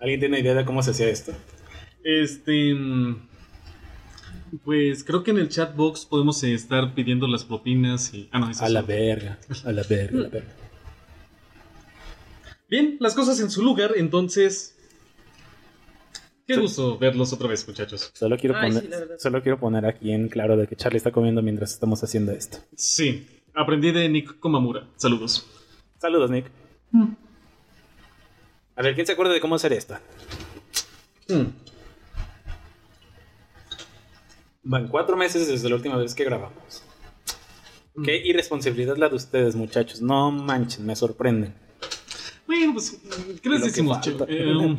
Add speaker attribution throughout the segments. Speaker 1: ¿Alguien tiene idea de cómo se hacía esto?
Speaker 2: Este. mm, Pues creo que en el chat box podemos eh, estar pidiendo las propinas y. Ah, no, eso
Speaker 1: A
Speaker 2: es
Speaker 1: la
Speaker 2: otro.
Speaker 1: verga, a la verga, a la verga.
Speaker 2: Bien, las cosas en su lugar, entonces. Qué gusto verlos otra vez, muchachos.
Speaker 1: Solo quiero,
Speaker 3: Ay,
Speaker 1: poner,
Speaker 3: sí, la verdad.
Speaker 1: solo quiero poner aquí en claro de que Charlie está comiendo mientras estamos haciendo esto.
Speaker 2: Sí, aprendí de Nick Komamura. Saludos.
Speaker 1: Saludos, Nick.
Speaker 3: Mm.
Speaker 1: A ver, ¿quién se acuerda de cómo hacer esto?
Speaker 2: Mm.
Speaker 1: Van cuatro meses desde la última vez que grabamos. Qué irresponsabilidad la de ustedes, muchachos. No manchen, me sorprenden.
Speaker 2: Bueno, pues, ¿qué
Speaker 1: Lo
Speaker 2: les
Speaker 1: que
Speaker 2: decimos?
Speaker 1: falta.
Speaker 2: Cho? Eh, um,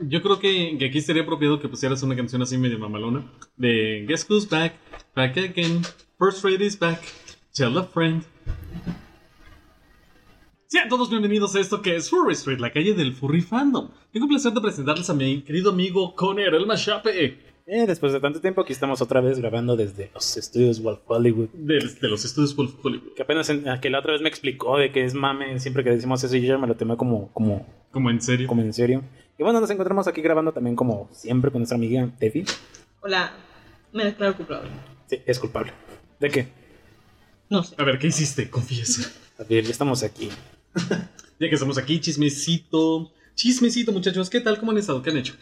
Speaker 2: yo creo que, que aquí sería apropiado que pusieras una canción así medio mamalona. De Guess Who's Back, Back Again, First Rate is Back, Tell a Friend. Sean todos bienvenidos a esto que es Furry Street, la calle del Furry Fandom. Tengo el placer de presentarles a mi querido amigo Conner, el Mashape,
Speaker 1: Eh, después de tanto tiempo, aquí estamos otra vez grabando desde los estudios Walt Hollywood.
Speaker 2: de, de los estudios Wolf Hollywood.
Speaker 1: Que apenas en- que la otra vez me explicó de que es mame siempre que decimos eso y yo ya me lo tomé como, como,
Speaker 2: Como en serio.
Speaker 1: como en serio. Y bueno, nos encontramos aquí grabando también como siempre con nuestra amiga Tefi.
Speaker 3: Hola, me declaro culpable.
Speaker 1: Sí, es culpable. ¿De qué?
Speaker 3: No sé.
Speaker 2: A ver, ¿qué hiciste? Confiesa.
Speaker 1: A ver, ya estamos aquí.
Speaker 2: Ya que estamos aquí, chismecito. Chismecito, muchachos. ¿Qué tal? ¿Cómo han estado? ¿Qué han hecho?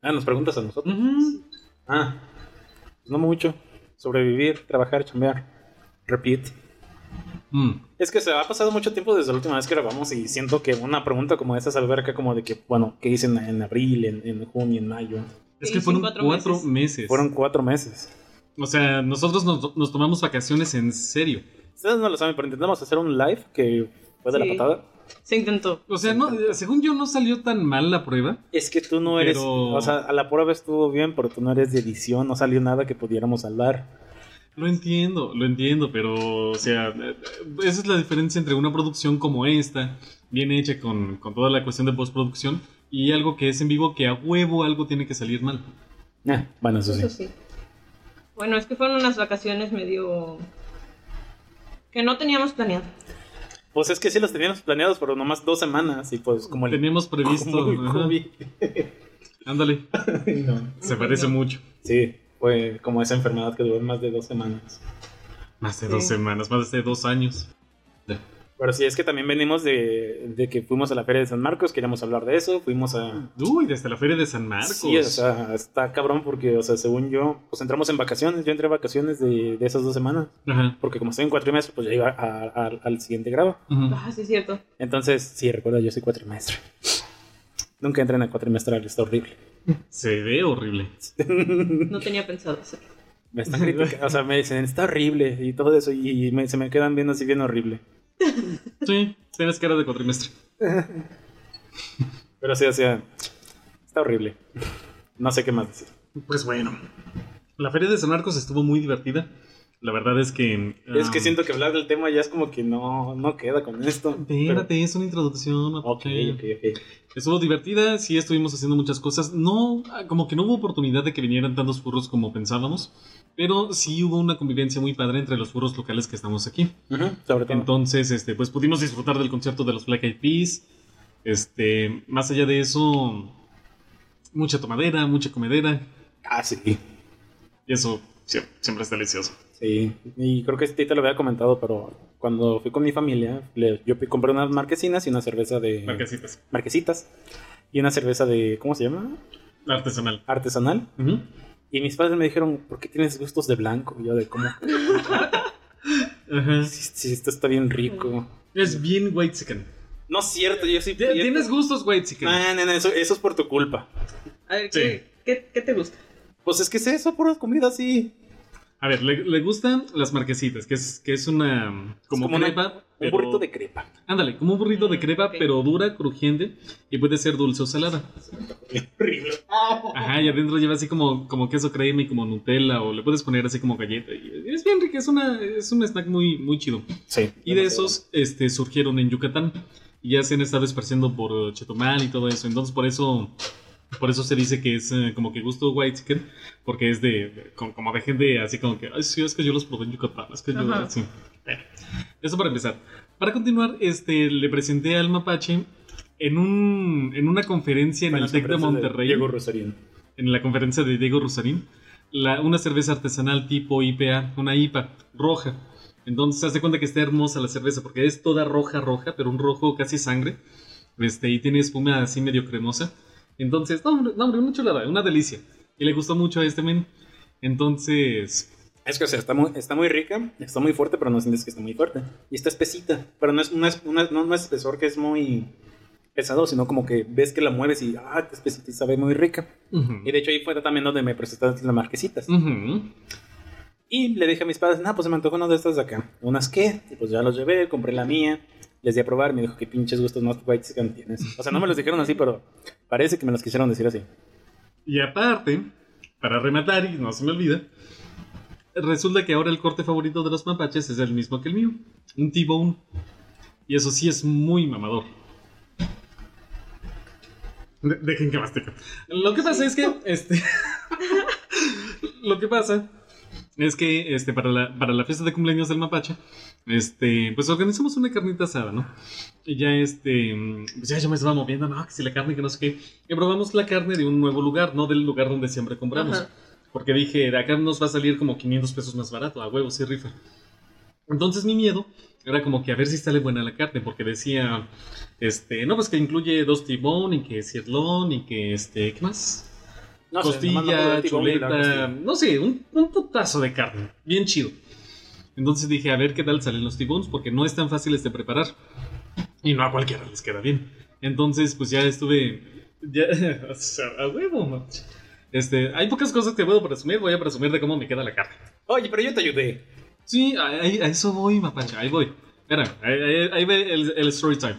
Speaker 1: Ah, nos preguntas a nosotros.
Speaker 2: Ujú.
Speaker 1: Ah, pues no mucho. Sobrevivir, trabajar, chambear. Repeat.
Speaker 2: Mm.
Speaker 1: Es que se ha pasado mucho tiempo desde la última vez que grabamos y siento que una pregunta como esa al ver acá como de que, bueno, ¿qué hice en, en abril, en, en junio, en mayo?
Speaker 2: Es
Speaker 3: Sí,
Speaker 2: que
Speaker 3: sí,
Speaker 2: fueron cuatro,
Speaker 3: cuatro
Speaker 2: meses.
Speaker 3: meses.
Speaker 1: Fueron cuatro meses.
Speaker 2: O sea, nosotros nos, nos tomamos vacaciones en serio.
Speaker 1: Ustedes no lo saben, pero intentamos hacer un live que fue de la
Speaker 3: Sí.
Speaker 1: patada.
Speaker 3: Se intentó.
Speaker 2: O sea, no, según yo no salió tan mal la prueba.
Speaker 1: Es que tú no eres,
Speaker 2: Pero-
Speaker 1: o sea, a la prueba estuvo bien, pero tú no eres de edición, no salió nada que pudiéramos hablar.
Speaker 2: Lo entiendo, lo entiendo, pero, o sea, eh, esa es la diferencia entre una producción como esta, bien hecha con, con toda la cuestión de postproducción, y algo que es en vivo que a huevo algo tiene que salir mal.
Speaker 1: Ah, bueno, eso sí.
Speaker 3: Eso sí. Bueno, es que fueron unas vacaciones medio. que no teníamos planeado.
Speaker 1: Pues es que sí los teníamos planeados, pero nomás dos semanas y pues como el...
Speaker 2: Teníamos previsto.
Speaker 1: como el
Speaker 2: ajá,
Speaker 1: COVID.
Speaker 2: ándale,
Speaker 1: No.
Speaker 2: se parece mucho.
Speaker 1: Sí, fue como esa enfermedad que duró más de dos semanas.
Speaker 2: Más de
Speaker 3: Sí.
Speaker 2: dos semanas, más de dos años.
Speaker 1: Pero sí, es que también venimos de, de que fuimos a la Feria de San Marcos, queríamos hablar de eso, fuimos a...
Speaker 2: Uy, desde la feria de San Marcos.
Speaker 1: Sí, o sea, está cabrón porque, o sea, según yo, pues entramos en vacaciones, yo entré a vacaciones de, de esas dos semanas,
Speaker 2: Ajá.
Speaker 1: porque como estoy en cuatrimestre, pues ya iba a- a- al siguiente grado.
Speaker 2: Ujú.
Speaker 3: Ah, sí, es cierto.
Speaker 1: Entonces, sí, recuerda, yo soy cuatrimestre. Nunca entren a cuatrimestral, está horrible.
Speaker 2: Se ve horrible.
Speaker 3: No tenía pensado hacerlo.
Speaker 1: Me están criticando, o sea, me dicen, está horrible y todo eso, y me- se me quedan viendo así bien horrible.
Speaker 2: Sí, tienes cara de cuatrimestre.
Speaker 1: Pero sí, o sea, está horrible. No sé qué más decir.
Speaker 2: Pues bueno. La feria de San Marcos estuvo muy divertida. La verdad es que.
Speaker 1: Es que
Speaker 2: ah,
Speaker 1: siento que hablar del tema ya es como que no, no queda con esto. Pero-
Speaker 2: Espérate, es una introducción.
Speaker 1: Ok, ok, ok.
Speaker 2: Estuvo divertida, sí estuvimos haciendo muchas cosas. No, ah, como que no hubo oportunidad de que vinieran tantos furros como pensábamos. Pero sí hubo una convivencia muy padre entre los furros locales que estamos aquí.
Speaker 1: Ujú, Sobre todo.
Speaker 2: Entonces, este, pues pudimos disfrutar del concierto de los Black Eyed Peas. Este, más allá de eso, mucha tomadera, mucha comedera.
Speaker 1: ah, sí.
Speaker 2: Y eso sie- siempre es delicioso.
Speaker 1: Sí. Y creo que sí te lo había comentado, pero cuando fui con mi familia, le- yo pi- compré unas marquesinas y una cerveza de.
Speaker 2: Marquesitas.
Speaker 1: marquesitas. Y una cerveza de. ¿Cómo se llama?
Speaker 2: Artesanal.
Speaker 1: Artesanal.
Speaker 2: Ujú.
Speaker 1: Y mis padres me dijeron, ¿por qué tienes gustos de blanco? Y yo, de cómo.
Speaker 2: Ajá.
Speaker 1: Si, si esto está bien rico.
Speaker 2: Es bien white chicken.
Speaker 1: No es cierto, Ah. yo sí. yo-
Speaker 2: Tienes gustos white chicken.
Speaker 1: No, no, no, eso, eso es por tu culpa.
Speaker 3: A ver,
Speaker 2: Sí.
Speaker 3: ¿qué, qué, qué te gusta?
Speaker 1: Pues es que es eso, pura comida así.
Speaker 2: A ver, le, le gustan las marquesitas, que es, que es una. mm, Como,
Speaker 1: como una-
Speaker 2: crepa.
Speaker 1: Un
Speaker 2: pero-
Speaker 1: burrito de crepa.
Speaker 2: Ándale, como un burrito de
Speaker 3: Mm,
Speaker 2: crepa,
Speaker 3: ok.
Speaker 2: pero dura, crujiente y puede ser dulce o salada. Ajá, y adentro lleva así como, como queso crema y como Nutella, o le puedes poner así como galleta. y es bien rica, es, una, es un snack muy, muy chido.
Speaker 1: Sí.
Speaker 2: Y de esos este, surgieron en Yucatán y ya se han estado esparciendo por Chetumal y todo eso. Entonces, por eso. Por eso se dice que es eh, como que gusto white chicken, porque es de, de- como, como de gente así como que, ay, sí, es que yo los probé en Yucatán, es que yo,
Speaker 3: Ajá.
Speaker 2: sí. Bueno, eso para empezar. Para continuar, este, le presenté al mapache en, un, en una conferencia en
Speaker 1: Para
Speaker 2: el TEC de
Speaker 1: sorpresa
Speaker 2: Monterrey,
Speaker 1: Diego Rosarino.
Speaker 2: en la conferencia de Diego Rosarín, la- una cerveza artesanal tipo IPA, una IPA roja. Entonces, se hace cuenta que está hermosa la cerveza porque es toda roja, roja, pero un rojo casi sangre. Este, y tiene espuma así medio cremosa. Entonces, no, hombre, no, hombre, una chulada, una delicia. Y le gustó mucho a este men. Entonces,
Speaker 1: Es que, o sea, está muy, está muy rica, está muy fuerte, pero no sientes que está muy fuerte. Y está espesita, pero no es, no es, no es- no es espesor que es muy pesado, sino como que ves que la mueves y, ah, está espesita y sabe muy rica.
Speaker 2: ujú,
Speaker 1: Y de hecho ahí fue también donde me presentaron las marquesitas.
Speaker 2: ujú.
Speaker 1: Y le dije a mis padres, no, pues se me antojó una de estas de acá. ¿Unas qué? Y pues ya los llevé, compré la mía. Les di a probar, me dijo, qué pinches gustos más whites que tienes. O sea, no me los dijeron así, pero parece que me los quisieron decir así.
Speaker 2: Y aparte, para rematar, y no se me olvida, resulta que ahora el corte favorito de los mapaches es el mismo que el mío, un T-Bone. Y eso sí es muy mamador. De- dejen que mastique. Lo que pasa es que, este, lo que pasa es que, este, para la, para la fiesta de cumpleaños del mapache, este, pues organizamos una carnita asada, ¿no? Y ya, este, pues ya yo me estaba moviendo, no, que si la carne, que no sé qué. Y probamos la carne de un nuevo lugar, no del lugar donde siempre compramos.
Speaker 3: Ajá.
Speaker 2: Porque dije, de acá nos va a salir como 500 pesos más barato, a huevo, sí rifa. Entonces mi miedo era como que a ver si sale buena la carne, porque decía, este, no, pues que incluye dos tibón y que sirloin y que, este, ¿qué más?
Speaker 1: No sé, nomás me acuerdo
Speaker 2: costilla,
Speaker 1: del tibón y la
Speaker 2: chuleta,
Speaker 1: costilla.
Speaker 2: no sé, un, un putazo de carne, bien chido. Entonces dije, a ver qué tal salen los tibones, porque no están fáciles de este, preparar. Y no a cualquiera les queda bien. Entonces, pues ya estuve. Ya, o sea, a huevo, man. Este, hay pocas cosas que puedo presumir, voy a presumir de cómo me queda la carne.
Speaker 1: Oye, pero yo te ayudé.
Speaker 2: Sí, a, a- a eso voy, mapache, ahí voy. Espérame, ahí, ahí- ahí ve el, el story time.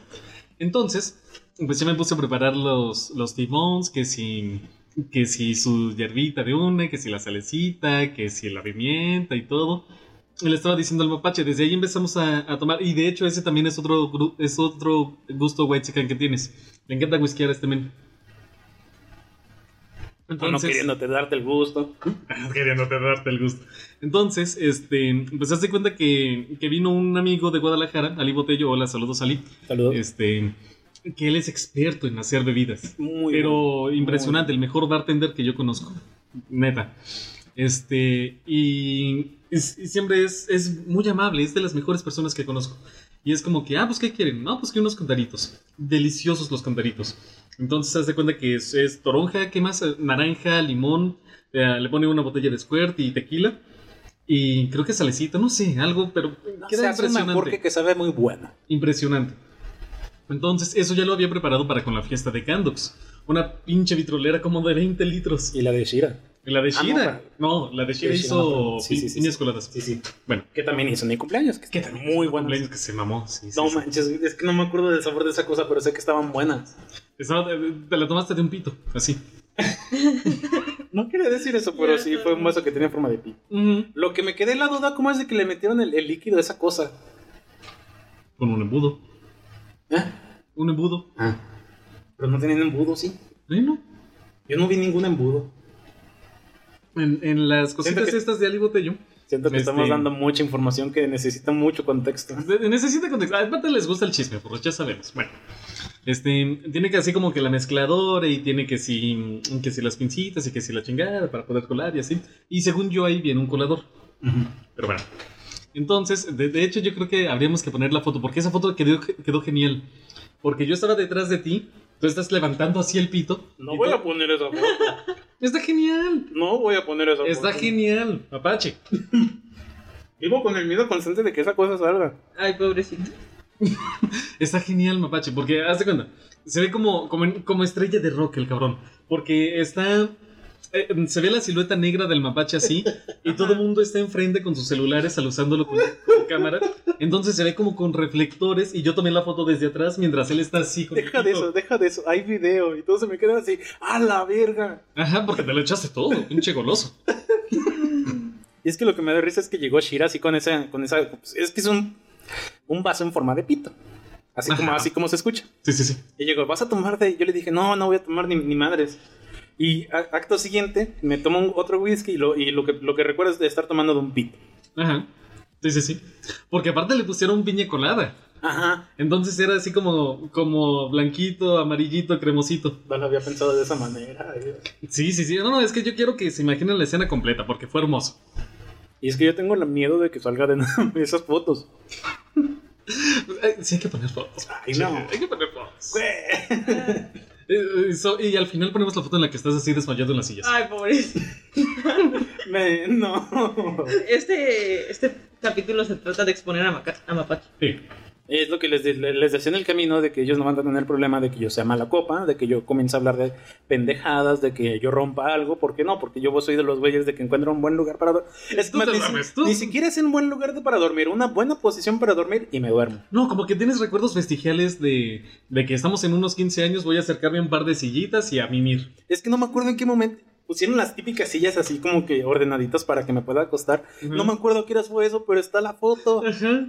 Speaker 2: Entonces, pues ya me puse a preparar los, los tibones, que si, que si su hierbita de una, que si la salecita, que si la pimienta y todo. Y le estaba diciendo al mapache, desde ahí empezamos a, a tomar, y de hecho ese también es otro, gru- es otro gusto white chicken que tienes. Le encanta whiskear a este men.
Speaker 1: No, no queriéndote darte el gusto.
Speaker 2: queriéndote darte el gusto. Entonces, este, pues haz de cuenta que, que vino un amigo de Guadalajara, Ali Botello, hola, saludos Ali,
Speaker 1: Saludos.
Speaker 2: este, que él es experto en hacer bebidas,
Speaker 1: Muy bueno.
Speaker 2: pero impresionante, el mejor bartender que yo conozco, neta. Este, y, y s- y siempre es, es muy amable, es de las mejores personas que conozco. Y es como que, ah, pues, ¿qué quieren? No, pues que unos cantaritos. Deliciosos los cantaritos. Entonces, haz de cuenta que es, es toronja, ¿qué más? Eh, Naranja, limón, eh, le pone una botella de squirt y tequila. Y creo que salecita, no sé, algo, pero
Speaker 1: No,
Speaker 2: queda
Speaker 1: se hace una
Speaker 2: impresionante.
Speaker 1: porque que sabe muy bueno.
Speaker 2: Impresionante. Entonces, eso ya lo había preparado para con la fiesta de Candox. Una pinche vitrolera como de 20 litros.
Speaker 1: Y la de Shira.
Speaker 2: La de
Speaker 1: Ah, no,
Speaker 2: Shira. no, la de Shira
Speaker 1: De Shira, no,
Speaker 2: hizo
Speaker 1: perdón. Sí, sí, sí,
Speaker 2: piñas
Speaker 1: sí.
Speaker 2: coladas.
Speaker 1: Sí, sí.
Speaker 2: Bueno,
Speaker 1: Que también hizo en mi cumpleaños. Que,
Speaker 2: que
Speaker 1: están
Speaker 2: también
Speaker 1: muy
Speaker 2: es un
Speaker 1: buenas.
Speaker 2: cumpleaños que se mamó. Sí, sí,
Speaker 1: No
Speaker 2: sí.
Speaker 1: manches, es que no me acuerdo del sabor de esa cosa, pero sé que estaban buenas.
Speaker 2: Estaba- eh, te la tomaste de un pito, así.
Speaker 1: No quería decir eso, pero sí, fue un vaso que tenía forma de pi. Lo que me quedé en la duda, ¿cómo es de que le metieron el, el líquido a esa cosa?
Speaker 2: Con un embudo.
Speaker 1: ¿Ah?
Speaker 2: Un embudo.
Speaker 1: Pero no tenían embudo, sí.
Speaker 2: Bueno,
Speaker 1: Yo no vi ningún embudo.
Speaker 2: en, en las cositas
Speaker 1: Siento que-
Speaker 2: estas de Ali Botello.
Speaker 1: Siento que
Speaker 2: Este-
Speaker 1: estamos dando mucha información que necesita mucho contexto.
Speaker 2: De- Necesita contexto. Aparte les gusta el chisme, pues ya sabemos. Bueno. Este, tiene que así como que la mezcladora y tiene que si, que si las pincitas y que si la chingada para poder colar y así. Y según yo ahí viene un colador. Pero bueno. Entonces, de, de hecho yo creo que habríamos que poner la foto porque esa foto quedó, quedó genial. Porque yo estaba detrás de ti, tú estás levantando así el pito.
Speaker 1: No
Speaker 2: y
Speaker 1: voy
Speaker 2: tú-
Speaker 1: a poner esa foto.
Speaker 2: Está genial.
Speaker 1: No voy a poner esa
Speaker 2: Está
Speaker 1: foto.
Speaker 2: genial, Apache.
Speaker 1: Vivo con el miedo constante de que esa cosa salga.
Speaker 3: Ay, pobrecito.
Speaker 2: Está genial, mapache, porque hazte cuenta. Se ve como, como, como estrella de rock el cabrón. Porque está. eh, se ve la silueta negra del mapache así. Y todo el mundo está enfrente con sus celulares, saludándolo con, con cámara. Entonces se ve como con reflectores. Y yo tomé la foto desde atrás mientras él está así. Con el
Speaker 1: Deja de
Speaker 2: pito.
Speaker 1: eso, deja de eso. Hay video y todos se me quedan así. ¡A la verga!
Speaker 2: Ajá, porque te lo echaste todo, pinche goloso.
Speaker 1: Y es que lo que me da risa es que llegó Shira así con esa. Con esa pues, es que es un, un vaso en forma de pito. Así como,
Speaker 2: Ajá.
Speaker 1: así como se escucha.
Speaker 2: Sí, sí, sí.
Speaker 1: Y llegó, ¿vas a tomar de...? Yo le dije, no, no voy a tomar ni, ni madres. Y a- acto siguiente, me tomo un- otro whisky y, lo, y lo, que, lo que recuerdo es de estar tomando de un pito.
Speaker 2: Ajá. Sí, sí, sí. Porque aparte le pusieron piña colada.
Speaker 1: Ajá,
Speaker 2: Entonces era así como, como blanquito, amarillito, cremosito.
Speaker 1: no lo había pensado de esa manera. eh. ay, Dios.
Speaker 2: Sí, sí, sí. No, no, es que yo quiero que se imaginen la escena completa porque fue hermoso.
Speaker 1: Y es que yo tengo el miedo de que salga de nuevo esas fotos.
Speaker 2: Eh, Sí, hay que poner fotos.
Speaker 1: Ay,
Speaker 2: Sí,
Speaker 1: no.
Speaker 2: Hay que poner fotos.
Speaker 1: Güey.
Speaker 2: Eh, eh, so- y al final ponemos la foto en la que estás así desmayado en las sillas.
Speaker 3: Ay, pobrecito.
Speaker 1: Me- no.
Speaker 3: Este, este capítulo se trata de exponer a, Maca- a Mapache.
Speaker 2: Sí.
Speaker 1: Es lo que les, de- les decía en el camino, de que ellos no van a tener el problema de que yo sea mala copa, de que yo comience a hablar de pendejadas, de que yo rompa algo, ¿por qué no? Porque yo soy de los güeyes de que encuentro un buen lugar para dormir. Es
Speaker 2: Tú
Speaker 1: más,
Speaker 2: te
Speaker 1: ni,
Speaker 2: duermes,
Speaker 1: si-
Speaker 2: tú.
Speaker 1: ni siquiera es un buen lugar de- para dormir, una buena posición para dormir y me duermo.
Speaker 2: No, como que tienes recuerdos vestigiales de, de que estamos en unos 15 años, voy a acercarme a un par de sillitas y a mimir.
Speaker 1: Es que no me acuerdo en qué momento pusieron las típicas sillas así como que ordenaditas para que me pueda acostar. No me acuerdo qué era fue eso, pero está la foto.
Speaker 2: Ajá.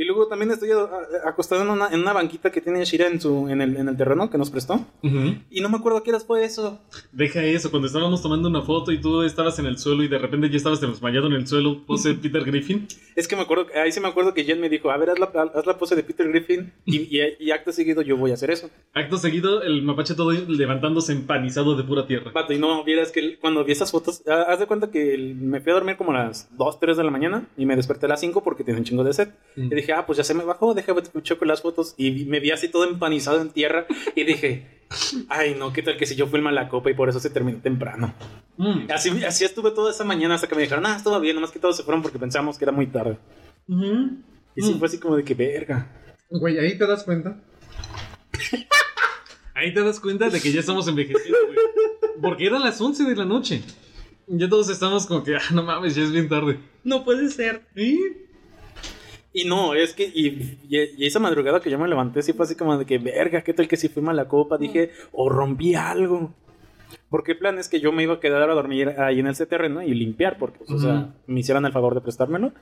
Speaker 1: Y luego también estoy a- a- acostado en una, en una banquita que tiene Shira en, su, en, el, en el terreno que nos prestó.
Speaker 2: Ujú.
Speaker 1: Y no me acuerdo qué horas fue eso.
Speaker 2: Deja eso, cuando estábamos tomando una foto y tú estabas en el suelo y de repente ya estabas desmayado en el suelo, pose Peter Griffin.
Speaker 1: Es que me acuerdo, ahí sí me acuerdo que Jen me dijo, a ver, haz la, haz la pose de Peter Griffin y, y- y acto seguido yo voy a hacer eso.
Speaker 2: Acto seguido, el mapache todo levantándose empanizado de pura tierra.
Speaker 1: Pato, y no vieras que el- cuando vi esas fotos, ha- haz de cuenta que el- me fui a dormir como a las 2, 3 de la mañana y me desperté a las 5 porque tenía un chingo de sed. Y dije, ah, pues ya se me bajó, déjame choco las fotos. Y me vi así todo empanizado en tierra y dije, ay no, qué tal que si yo fui el mala copa y por eso se terminó temprano.
Speaker 2: Mm.
Speaker 1: Así, así estuve toda esa mañana hasta que me dijeron, ah, estuvo bien, nomás que todos se fueron porque pensamos que era muy tarde.
Speaker 2: Ujú.
Speaker 1: Y sí,
Speaker 2: Mm.
Speaker 1: fue así como de que verga.
Speaker 2: Güey, ahí te das cuenta. ahí te das cuenta de que ya estamos envejeciendo, güey. Porque eran las 11 de la noche. Ya todos estamos como que, ah, no mames, ya es bien tarde.
Speaker 3: No puede ser.
Speaker 2: ¿Y?
Speaker 1: Y no, es que, y, y- y esa madrugada que yo me levanté, sí fue así como de que, verga, qué tal que si fui mala copa, dije, o rompí algo. Porque el plan es que yo me iba a quedar a dormir ahí en ese terreno y limpiar, porque, pues, o sea,
Speaker 2: Ujú.
Speaker 1: me hicieron el favor de prestármelo.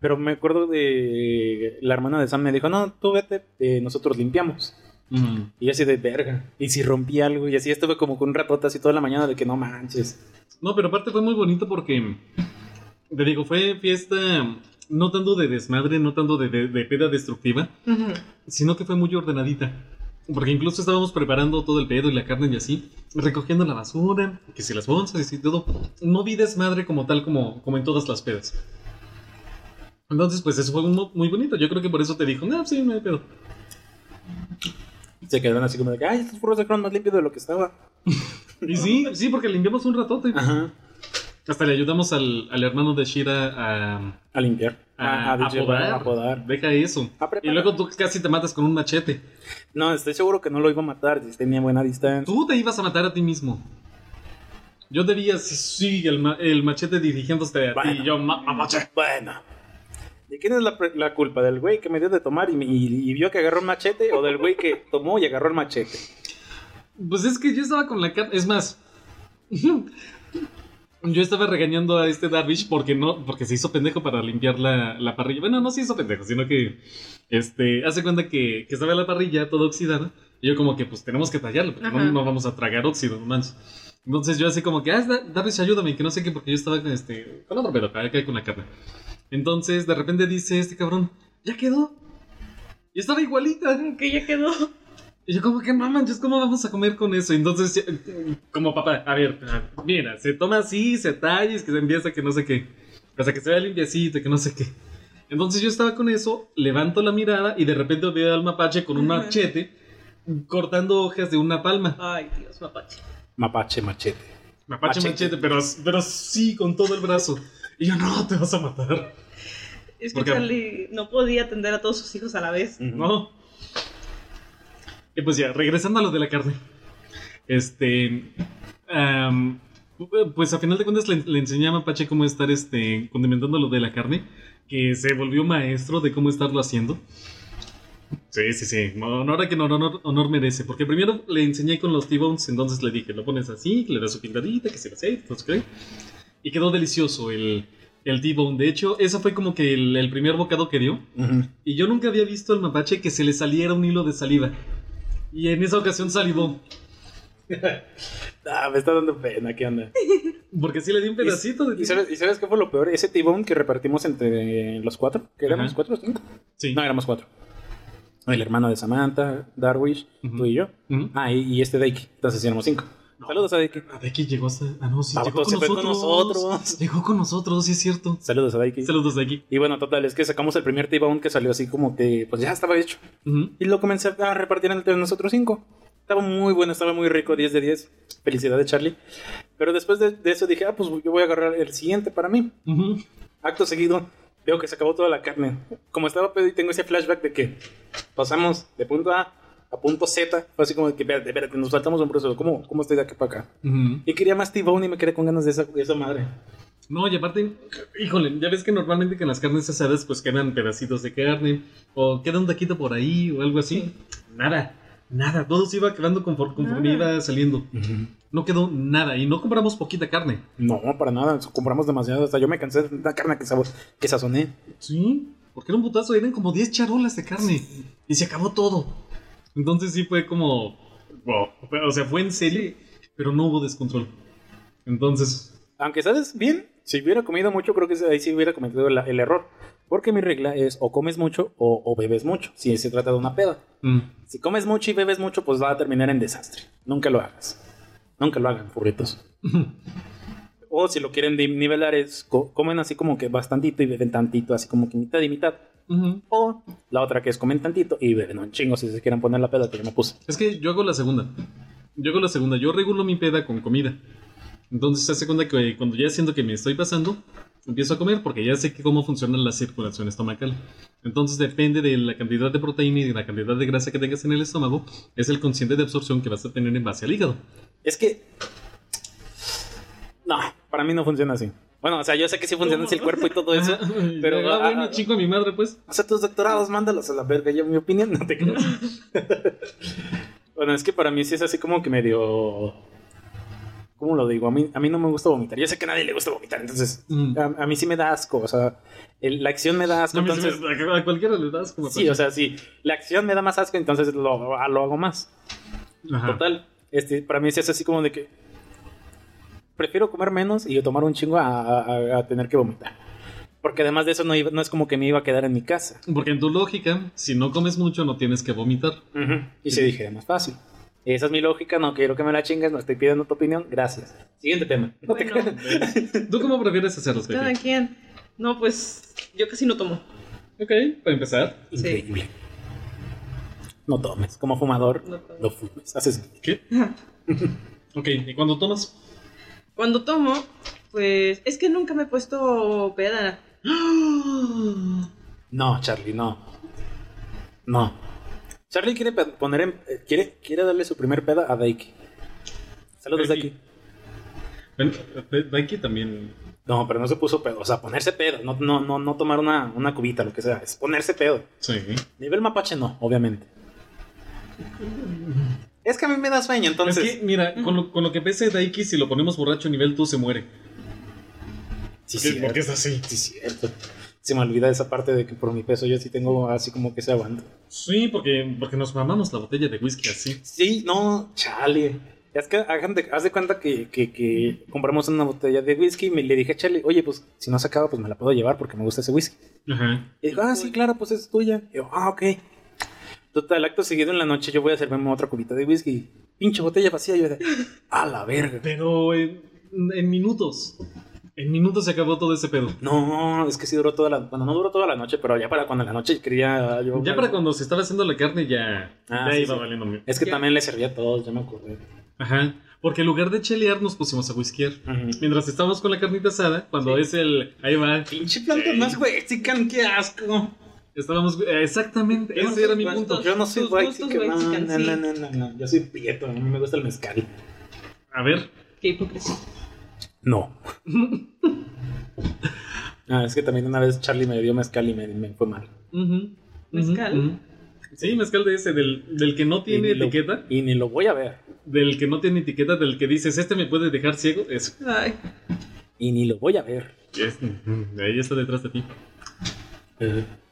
Speaker 1: Pero me acuerdo de la hermana de Sam me dijo, no, tú vete, eh, nosotros limpiamos. Y yo así de verga. Y si rompí algo, y así estuve como con un ratota así toda la mañana de que no manches.
Speaker 2: No, pero aparte fue muy bonito porque, te digo, fue fiesta no tanto de desmadre, no tanto de, de- de peda destructiva,
Speaker 3: Ujú.
Speaker 2: sino que fue muy ordenadita. Porque incluso estábamos preparando todo el pedo y la carne y así, recogiendo la basura, que si las bolsas y así todo. No vi desmadre como tal, como, como en todas las pedas. Entonces, pues eso fue un mo- muy bonito. Yo creo que por eso te dijo, no, sí, no hay pedo.
Speaker 1: Se quedaron así como de que, ay, estos furros dejaron más limpio de lo que estaba.
Speaker 2: Y sí, sí, porque limpiamos un ratote.
Speaker 1: Ajá.
Speaker 2: Hasta le ayudamos al, al hermano de Shira a,
Speaker 1: A limpiar.
Speaker 2: a, a
Speaker 1: llevar,
Speaker 2: podar.
Speaker 1: a podar.
Speaker 2: Deja eso.
Speaker 1: A preparar.
Speaker 2: Y luego tú casi te matas con un machete.
Speaker 1: Ah, No, estoy seguro que no lo iba a matar si tenía buena distancia.
Speaker 2: Tú te ibas a matar a ti mismo. Yo te vi así, sí, el, ma- el machete dirigiéndose a ti.
Speaker 1: Bueno.
Speaker 2: Y yo, "Ma- mapache.
Speaker 1: Bueno. ¿De quién es la, pre- la culpa? ¿Del güey que me dio de tomar y, me- y- y vio que agarró el machete? ¿O del güey que tomó y agarró el machete?
Speaker 2: Pues es que yo estaba con la cara. Es más, yo estaba regañando a este Darvish porque no, porque se hizo pendejo para limpiar la, la parrilla. Bueno, no se hizo pendejo, sino que este hace cuenta que, que estaba la parrilla toda oxidada. Y yo, como que, pues tenemos que tallarlo, porque no,
Speaker 3: Ajá.
Speaker 2: no vamos a tragar óxido, no manches. Entonces yo así como que, ah, Da- Darvish, ayúdame, que no sé qué, porque yo estaba con este, con otro pedo, acá con la carne. Entonces de repente dice este cabrón, ya quedó. Y estaba igualita. ¿eh?
Speaker 3: Que ya quedó.
Speaker 2: Y yo como que no manches, ¿cómo vamos a comer con eso? Y entonces, eh, como papá, a ver, ah, mira, se toma así, se talla, es que se empieza que no sé qué. Hasta que se vea limpiecito, que no sé qué. Entonces yo estaba con eso, levanto la mirada y de repente veo al mapache con un
Speaker 3: Ajá.
Speaker 2: machete cortando hojas de una palma.
Speaker 3: Ay, Dios, Mapache.
Speaker 1: Mapache, machete.
Speaker 2: Mapache
Speaker 1: Machete.
Speaker 2: machete, pero, pero sí, con todo el brazo. Y yo, no, te vas a matar.
Speaker 3: Es que
Speaker 2: ¿Por qué? Mm,
Speaker 3: Charlie no podía atender a todos sus hijos a la vez.
Speaker 2: No. Y pues ya, regresando a lo de la carne. Este. am, pues a final de cuentas le, le enseñé a Mapache cómo estar este, condimentando lo de la carne. Que se volvió maestro de cómo estarlo haciendo. Sí, sí, sí. Honor a quien honor, honor merece. Porque primero le enseñé con los T-Bones. Entonces le dije, lo pones así, que le das su pintadita, que se lo aceite, no sé qué. Y quedó delicioso el, el T-Bone. De hecho, eso fue como que el, el primer bocado que dio.
Speaker 1: Ujú.
Speaker 2: Y yo nunca había visto al mapache que se le saliera un hilo de saliva. Y en esa ocasión salivó.
Speaker 1: Ah, me está dando pena, ¿qué onda?
Speaker 2: Porque sí le di un pedacito de
Speaker 1: ¿Y
Speaker 2: ti.
Speaker 1: sabes, ¿Y sabes qué fue lo peor? Ese tibón que repartimos entre los cuatro, que éramos
Speaker 2: Ajá.
Speaker 1: cuatro o cinco.
Speaker 2: Sí.
Speaker 1: No, éramos cuatro. El hermano de Samantha, Darwish,
Speaker 2: Ujú.
Speaker 1: tú y yo.
Speaker 2: Ujú.
Speaker 1: Ah, y, y este Deiki. Entonces éramos cinco.
Speaker 2: No.
Speaker 1: Saludos a Deiki.
Speaker 2: Ah, Becky llegó hasta. Ah, no, sí,
Speaker 1: Ah,
Speaker 2: llegó con
Speaker 1: se fue
Speaker 2: nosotros.
Speaker 1: con nosotros.
Speaker 2: Llegó con nosotros, sí es cierto.
Speaker 1: Saludos a Deiki.
Speaker 2: Saludos de aquí.
Speaker 1: Y bueno, total, es que sacamos el primer tibón que salió así como que pues ya estaba hecho.
Speaker 2: Ujú.
Speaker 1: Y lo comencé a repartir entre nosotros cinco. Estaba muy bueno, estaba muy rico, 10 de 10. Felicidades, Charlie. Pero después de, de eso dije, ah, pues yo voy a agarrar el siguiente para mí.
Speaker 2: Ujú.
Speaker 1: Acto seguido, veo que se acabó toda la carne. Como estaba pedo y tengo ese flashback de que pasamos de punto A a punto Z. Fue así como de que, espérate, espérate, nos faltamos un proceso. ¿Cómo, cómo estoy de aquí para acá?
Speaker 2: Ujú.
Speaker 1: Y quería más T-Bone y me quedé con ganas de esa, de esa madre.
Speaker 2: No, y aparte, híjole, ya ves que normalmente que en las carnes asadas pues quedan pedacitos de carne o queda un taquito por ahí o algo así. Nada, nada, todo se iba quedando conforme, conforme
Speaker 3: Nada.
Speaker 2: iba saliendo. No quedó nada y no compramos poquita carne.
Speaker 1: No, para nada. Compramos demasiado. Hasta yo me cansé de tanta carne que, sabo- que sazoné.
Speaker 2: Sí, porque era un putazo, eran como 10 charolas de carne y se acabó todo. Entonces sí fue como, wow, o sea, fue en serie, pero no hubo descontrol. Entonces,
Speaker 1: Aunque, ¿sabes? Bien, si hubiera comido mucho, creo que ahí sí hubiera cometido la- el error. Porque mi regla es o comes mucho o, o bebes mucho, si se trata de una peda.
Speaker 2: mm,
Speaker 1: Si comes mucho y bebes mucho, pues va a terminar en desastre. Nunca lo hagas. Nunca lo hagan, furritos. o si lo quieren di- nivelar es, co- comen así como que bastantito y beben tantito, así como que mitad y mitad.
Speaker 2: ujú.
Speaker 1: O la otra que es comen tantito y beben un chingo si se quieren poner la peda que yo me puse.
Speaker 2: Es que yo hago la segunda. Yo hago la segunda. Yo regulo mi peda con comida. Entonces, se hace cuenta que cuando ya siento que me estoy pasando, empiezo a comer porque ya sé que cómo funciona la circulación estomacal. Entonces, depende de la cantidad de proteína y de la cantidad de grasa que tengas en el estómago, es el consciente de absorción que vas a tener en base al hígado.
Speaker 1: Es que. No, para mí no funciona así. Bueno, o sea, yo sé que sí funciona así el cuerpo y todo eso. Pero,
Speaker 2: Pero,
Speaker 1: ah, ah,
Speaker 2: chico a mi madre, pues.
Speaker 1: O sea, tus doctorados, mándalos a la verga. Yo, mi opinión, no te creas. bueno, es que para mí sí es así como que medio. ¿Cómo lo digo? A mí, a mí no me gusta vomitar. Yo sé que a nadie le gusta vomitar, entonces.
Speaker 2: Mm.
Speaker 1: A, a mí sí me da asco, o sea, el- la acción me da asco,
Speaker 2: No, a mí se me-
Speaker 1: entonces.
Speaker 2: a cualquiera le das como.
Speaker 1: Sí, o sea, sí, la acción me da más asco, entonces lo, a- lo hago más.
Speaker 2: Ajá.
Speaker 1: Total, este, para mí sí es así como de que. Prefiero comer menos y yo tomar un chingo a, a- a- a tener que vomitar. Porque además de eso no, iba- no es como que me iba a quedar en mi casa.
Speaker 2: Porque en tu lógica, si no comes mucho, no tienes que vomitar.
Speaker 1: Y se dije, más fácil. Esa es mi lógica, no quiero que me la chingues, no estoy pidiendo tu opinión, gracias. Siguiente tema. No te
Speaker 3: Bueno,
Speaker 2: ¿Tú cómo prefieres hacerlo, Pepe?
Speaker 3: Pues cada quien. No, pues yo casi no tomo.
Speaker 2: Ok, para empezar.
Speaker 1: creas. Increíble. No tomes, como fumador,
Speaker 3: No
Speaker 1: no,
Speaker 3: tomes.
Speaker 1: fumes. Haces.
Speaker 2: ¿Qué? ok, ¿y cuando tomas?
Speaker 3: Cuando tomo, pues es que nunca me he puesto peda.
Speaker 1: No, Charlie, no. No. Charlie quiere pe- poner en- eh, quiere, quiere darle su primer peda a Daiki. Saludos,
Speaker 2: Daiki.
Speaker 1: Daiki.
Speaker 2: Bueno, eh, Daiki también.
Speaker 1: No, pero no se puso pedo. O sea, ponerse pedo. No, no, no, no tomar una, una cubita, lo que sea. Es ponerse pedo.
Speaker 2: Sí.
Speaker 1: Nivel mapache no, obviamente. Es que a mí me da sueño, entonces.
Speaker 2: es que, mira, con lo, con lo que pese Daiki, si lo ponemos borracho a nivel tú se muere.
Speaker 1: Sí,
Speaker 2: ¿Qué-
Speaker 1: cierto.
Speaker 2: por qué es así?
Speaker 1: Sí, cierto. Se me olvida esa parte de que por mi peso yo sí tengo así como que se aguanta.
Speaker 2: Sí, porque, porque nos mamamos la botella de whisky así.
Speaker 1: Sí, no, chale. Es que hagan de- haz de cuenta que, que- que compramos una botella de whisky y me, le dije a Charlie, oye, pues si no se acaba, pues me la puedo llevar porque me gusta ese whisky.
Speaker 2: Ajá.
Speaker 1: Y dijo, ah, sí, claro, pues es tuya. Y yo, ah, ok. Total, acto seguido en la noche yo voy a servirme otra cubita de whisky. Pinche botella vacía. Yo de, a la verga.
Speaker 2: Pero en, en minutos. En minutos se acabó todo ese pedo.
Speaker 1: No, es que sí duró toda la... Bueno, no duró toda la noche, pero ya para cuando en la noche quería... Yo,
Speaker 2: Ya para cuando se estaba haciendo la carne ya,
Speaker 1: Ah,
Speaker 2: ya
Speaker 1: sí,
Speaker 2: iba
Speaker 1: sí.
Speaker 2: valiendo mi-
Speaker 1: Es que
Speaker 3: Ya.
Speaker 1: también le servía a todos, ya me acordé.
Speaker 2: Ajá. Porque en lugar de chelear nos pusimos a whiskear. Mientras estábamos con la carnita asada, cuando es el. Ahí va.
Speaker 1: Pinche
Speaker 2: planta más
Speaker 1: huexican, qué asco.
Speaker 2: Estábamos. eh, Exactamente, ese era mi punto.
Speaker 1: Yo no soy
Speaker 3: Tus gustos
Speaker 1: huexican. No,
Speaker 3: huexican,
Speaker 1: no,
Speaker 3: sí.
Speaker 1: no, no, no, no. Yo soy prieto, a mí me gusta el mezcal.
Speaker 2: A ver.
Speaker 3: Qué hipocresía.
Speaker 1: No. ah, es que también una vez Charlie me dio mezcal y me, me fue mal.
Speaker 2: ujú, ujú,
Speaker 3: ¿Mezcal?
Speaker 2: ujú. Sí, mezcal de ese, del, del que no tiene
Speaker 1: Y ni lo-
Speaker 2: etiqueta,
Speaker 1: Y ni lo voy a ver.
Speaker 2: del que no tiene etiqueta, del que dices, este me puede dejar ciego. Eso.
Speaker 3: Ay,
Speaker 1: Y ni lo voy a ver.
Speaker 2: Es- ujú, ahí está detrás de ti.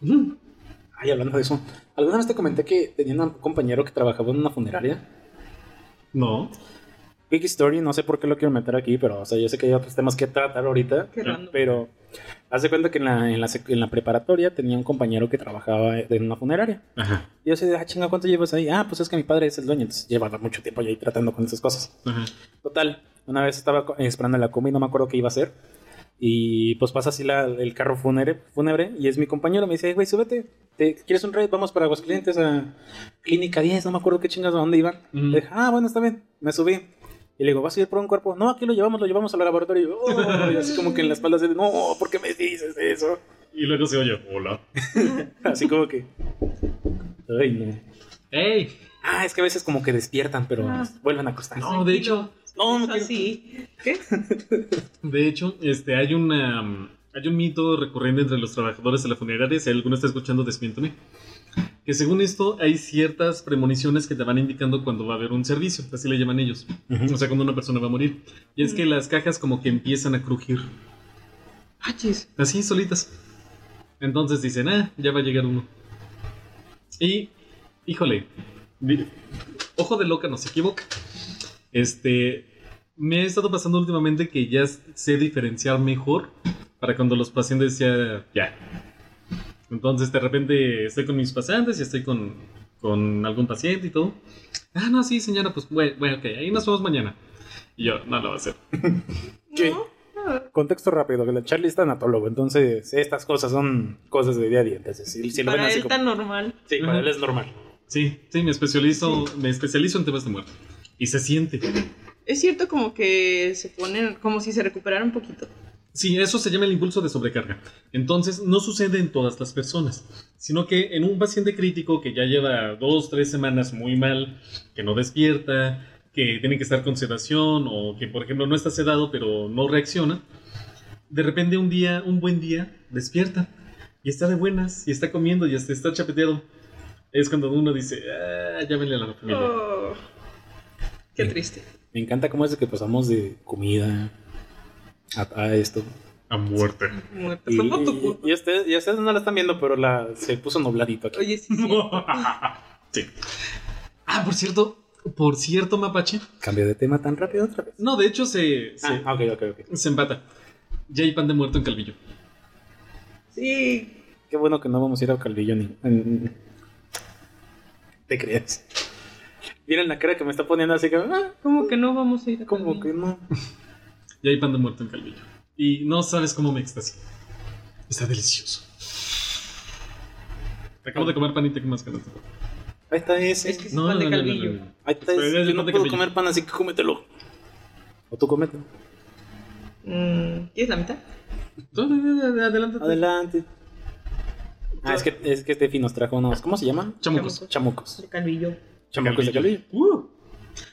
Speaker 2: Ujú.
Speaker 1: Ay, hablando de eso. ¿Alguna vez te comenté que tenía un compañero que trabajaba en una funeraria?
Speaker 2: No.
Speaker 1: Big Story, no sé por qué lo quiero meter aquí, pero, o sea, yo sé que hay otros temas que tratar ahorita.
Speaker 3: Qué random.
Speaker 1: Pero hace cuenta que en la, en, la, sec- en la preparatoria tenía un compañero que trabajaba en una funeraria.
Speaker 2: Ajá,
Speaker 1: Y yo así de, ah, chinga, ¿cuánto llevas ahí? Ah, pues es que mi padre es el dueño, entonces llevaba mucho tiempo ahí tratando con esas cosas.
Speaker 2: ajá.
Speaker 1: Total, una vez estaba co- esperando la comida, no me acuerdo qué iba a hacer. Y pues pasa así la- el carro fúnebre, fúnebre y es mi compañero, me dice, "Ey, güey, súbete, ¿te, ¿quieres un ride? Vamos para Aguascalientes a Clínica 10, no me acuerdo qué chingas, a dónde iban.
Speaker 2: Ujú.
Speaker 1: Le dije, ah, bueno, está bien, me subí. Y le digo, ¿vas a ir por un cuerpo? No, aquí lo llevamos, lo llevamos al laboratorio. Y, yo, "Oh", y así como que en la espalda se no, ¿por qué me dices eso?
Speaker 2: Y luego se oye, hola.
Speaker 1: Así como que... Ay, no.
Speaker 2: ¡Ey!
Speaker 1: Ah, es que a veces como que despiertan, pero
Speaker 3: Ah.
Speaker 1: vuelven a acostar.
Speaker 2: No, de hecho,
Speaker 1: No, no quiero-
Speaker 3: Es así. ¿Qué?
Speaker 2: de hecho, este, hay una... mm, Hay un mito recurrente entre los trabajadores de la funeraria, si alguno está escuchando, desmiéntame. Que según esto, hay ciertas premoniciones que te van indicando cuando va a haber un servicio, así le llaman ellos.
Speaker 1: Ujú.
Speaker 2: O sea, cuando una persona va a morir. Y es que las cajas como que empiezan a crujir.
Speaker 3: Hachis.
Speaker 2: Así, solitas. Entonces dicen, ah, ya va a llegar uno. Y, híjole, di- ojo de loca, no se equivoca. Este, me ha estado pasando últimamente que ya sé diferenciar mejor para cuando los pacientes ya, ya. Entonces, de repente estoy con mis pasantes y estoy con, con algún paciente y todo. Ah, no, sí, señora, pues, bueno, bueno, ok, ahí nos vemos mañana. Y yo, no lo va a hacer.
Speaker 1: ¿Qué?
Speaker 3: No, no.
Speaker 1: Contexto rápido, que la Charlie es tanatólogo, entonces estas cosas son cosas de día a día. Entonces, si, si lo ven
Speaker 3: Para
Speaker 1: así
Speaker 3: él
Speaker 1: como...
Speaker 3: tan normal.
Speaker 1: Sí, para
Speaker 2: Ajá.
Speaker 1: él es normal.
Speaker 2: Sí, sí, me especializo, me especializo en temas de muerte. Y se siente.
Speaker 3: Es cierto como que se ponen, como si se recuperaran un poquito.
Speaker 2: Sí, eso se llama el impulso de sobrecarga. Entonces, no sucede en todas las personas, sino que en un paciente crítico que ya lleva dos, tres semanas muy mal, que no despierta, que tiene que estar con sedación o que, por ejemplo, no está sedado pero no reacciona, de repente un día, un buen día, despierta y está de buenas y está comiendo y hasta está chapeteado. Es cuando uno dice, ah, llámenle a la familia.
Speaker 3: Oh, qué triste.
Speaker 1: Me encanta cómo es de que pasamos de comida a, a esto.
Speaker 2: A muerte.
Speaker 3: Muerto.
Speaker 1: Y,
Speaker 3: Fue por tu culpa.
Speaker 1: y- y ustedes, y ustedes no la están viendo, pero la, se puso nubladito aquí.
Speaker 3: Oye, sí, sí.
Speaker 2: sí. Ah, por cierto, por cierto, mapache.
Speaker 1: Cambio de tema tan rápido otra vez.
Speaker 2: No, de hecho se, se,
Speaker 1: Ah, ok, ok, ok.
Speaker 2: se empata. Ya hay pan de muerto en Calvillo.
Speaker 3: Sí.
Speaker 1: Qué bueno que no vamos a ir a Calvillo ni... en- ¿Te crees? Miren la cara que me está poniendo así que... ah,
Speaker 3: Como que no vamos a ir a
Speaker 1: como que
Speaker 3: Calvillo.
Speaker 1: no.
Speaker 2: Ya hay pan de muerto en Calvillo. Y no sabes cómo me extasié. Está delicioso. Te acabo de comer panita que más caliente.
Speaker 1: Ahí está ese.
Speaker 3: Es que sí, pan de Calvillo.
Speaker 1: Ahí está
Speaker 2: Pero ya
Speaker 1: ese.
Speaker 2: es
Speaker 1: Yo
Speaker 2: pan
Speaker 1: no
Speaker 2: de
Speaker 1: puedo
Speaker 2: Calvillo.
Speaker 1: comer pan, así que cómetelo. O tú cómetelo.
Speaker 3: Mm, ¿Quieres la mitad?
Speaker 2: Tú, Adelante.
Speaker 1: Adelante. Ah, es que, es que Steffi nos trajo unos. ¿Cómo se llaman?
Speaker 2: Chamucos.
Speaker 1: Chamucos.
Speaker 3: De Calvillo.
Speaker 1: Chamucos de Calvillo.
Speaker 2: Uh.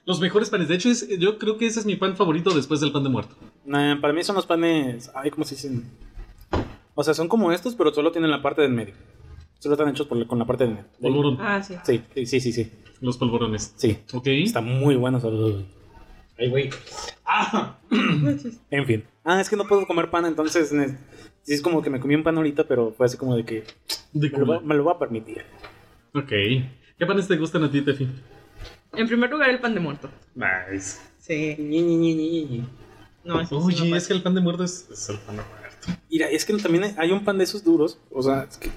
Speaker 2: los mejores panes. De hecho, es- yo creo que ese es mi pan favorito después del pan de muerto.
Speaker 1: Nah, para mí son los panes. Ay, ¿cómo se dicen? O sea, son como estos, pero solo tienen la parte del medio. Solo están hechos por la- con la parte del medio.
Speaker 2: Polvorón.
Speaker 3: Ah, sí.
Speaker 1: Sí, sí, sí, sí, sí.
Speaker 2: Los polvorones.
Speaker 1: Sí.
Speaker 2: Ok.
Speaker 1: Está muy bueno. Ay, güey.
Speaker 3: Pues,
Speaker 1: En fin. Ah, es que no puedo comer pan, entonces. ne- Sí, es como que me comí un pan ahorita, pero fue así como de que
Speaker 2: De
Speaker 1: me lo, va-
Speaker 2: cola.
Speaker 1: me lo va a permitir.
Speaker 2: Ok. ¿Qué panes te gustan a ti, Tefi?
Speaker 3: En primer lugar, el pan de muerto.
Speaker 2: Nice.
Speaker 3: Sí.
Speaker 1: Ñi, ñi, ñi, ñi, ñi.
Speaker 3: No, eso sí
Speaker 2: Oye,
Speaker 3: no
Speaker 2: es que el pan de muerto es, es el pan de muerto.
Speaker 1: Mira, es que también hay un pan de esos duros, o sea, es que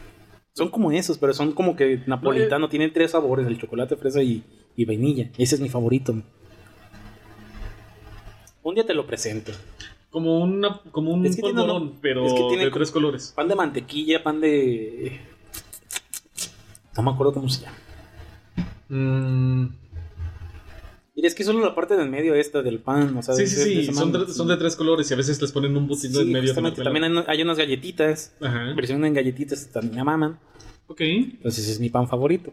Speaker 1: son como esos, pero son como que napolitano, tienen tres sabores, el chocolate, fresa y, y vainilla. Ese es mi favorito. Un día te lo presento.
Speaker 2: Como, una, como un
Speaker 1: Es que tiene
Speaker 2: polvorón,
Speaker 1: uno-
Speaker 2: pero
Speaker 1: es que tiene
Speaker 2: de
Speaker 1: co-
Speaker 2: tres colores.
Speaker 1: Pan de mantequilla, pan de... No me acuerdo cómo se llama.
Speaker 2: Mm,
Speaker 1: Mira, es que solo la parte del medio esta del pan, o sea...
Speaker 2: sí,
Speaker 1: de-
Speaker 2: sí,
Speaker 1: de- de
Speaker 2: sí,
Speaker 1: esa
Speaker 2: son,
Speaker 1: mano.
Speaker 2: tre- son de tres colores y a veces les ponen un
Speaker 1: Sí,
Speaker 2: botito en medio. de la
Speaker 1: justamente, también
Speaker 2: tela.
Speaker 1: hay, hay unas galletitas,
Speaker 2: Ajá.
Speaker 1: versión en galletitas, también me maman.
Speaker 2: Ok,
Speaker 1: Entonces es mi pan favorito.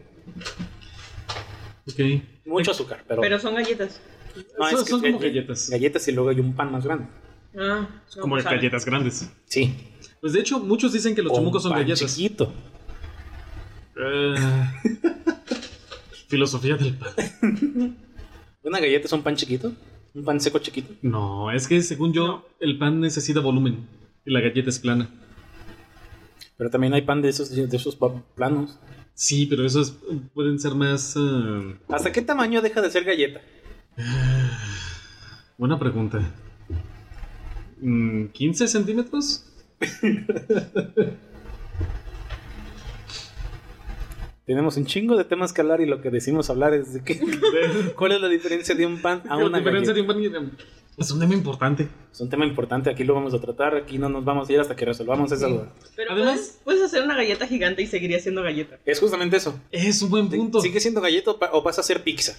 Speaker 2: ok.
Speaker 1: Mucho azúcar, pero...
Speaker 3: Pero son galletas.
Speaker 1: no,
Speaker 2: son,
Speaker 1: es que
Speaker 2: son como
Speaker 1: galle-
Speaker 2: galletas.
Speaker 1: Galletas y luego hay un pan más grande.
Speaker 3: Ah, no,
Speaker 2: como
Speaker 3: pues,
Speaker 2: galletas grandes.
Speaker 1: Sí.
Speaker 2: Pues de hecho, muchos dicen que los
Speaker 1: O
Speaker 2: chamucos son
Speaker 1: pan
Speaker 2: galletas.
Speaker 1: chiquito.
Speaker 2: Ah. filosofía del pan.
Speaker 1: ¿Una galleta es un pan chiquito? ¿Un pan seco chiquito?
Speaker 2: No, es que según yo, el pan necesita volumen y la galleta es plana.
Speaker 1: Pero también hay pan de esos, de esos pa- planos.
Speaker 2: Sí, pero esos pueden ser más... ah,
Speaker 1: ¿Hasta qué tamaño deja de ser galleta?
Speaker 2: Buena pregunta. Mm, ¿15 centímetros?
Speaker 1: Tenemos un chingo de temas que hablar y lo que decimos hablar es de que. ¿Cuál es la diferencia de un pan a
Speaker 2: La
Speaker 1: una
Speaker 2: diferencia
Speaker 1: galleta?
Speaker 2: de un pan y de- Es un tema importante.
Speaker 1: Es un tema importante, aquí lo vamos a tratar, aquí no nos vamos a ir hasta que resolvamos esa duda.
Speaker 3: Pero
Speaker 2: Además-
Speaker 3: puedes, puedes hacer una galleta gigante y seguiría siendo galleta.
Speaker 1: Es justamente eso.
Speaker 2: Es un buen punto.
Speaker 1: ¿Sigue siendo galleta o, pa- o pasa a ser pizza?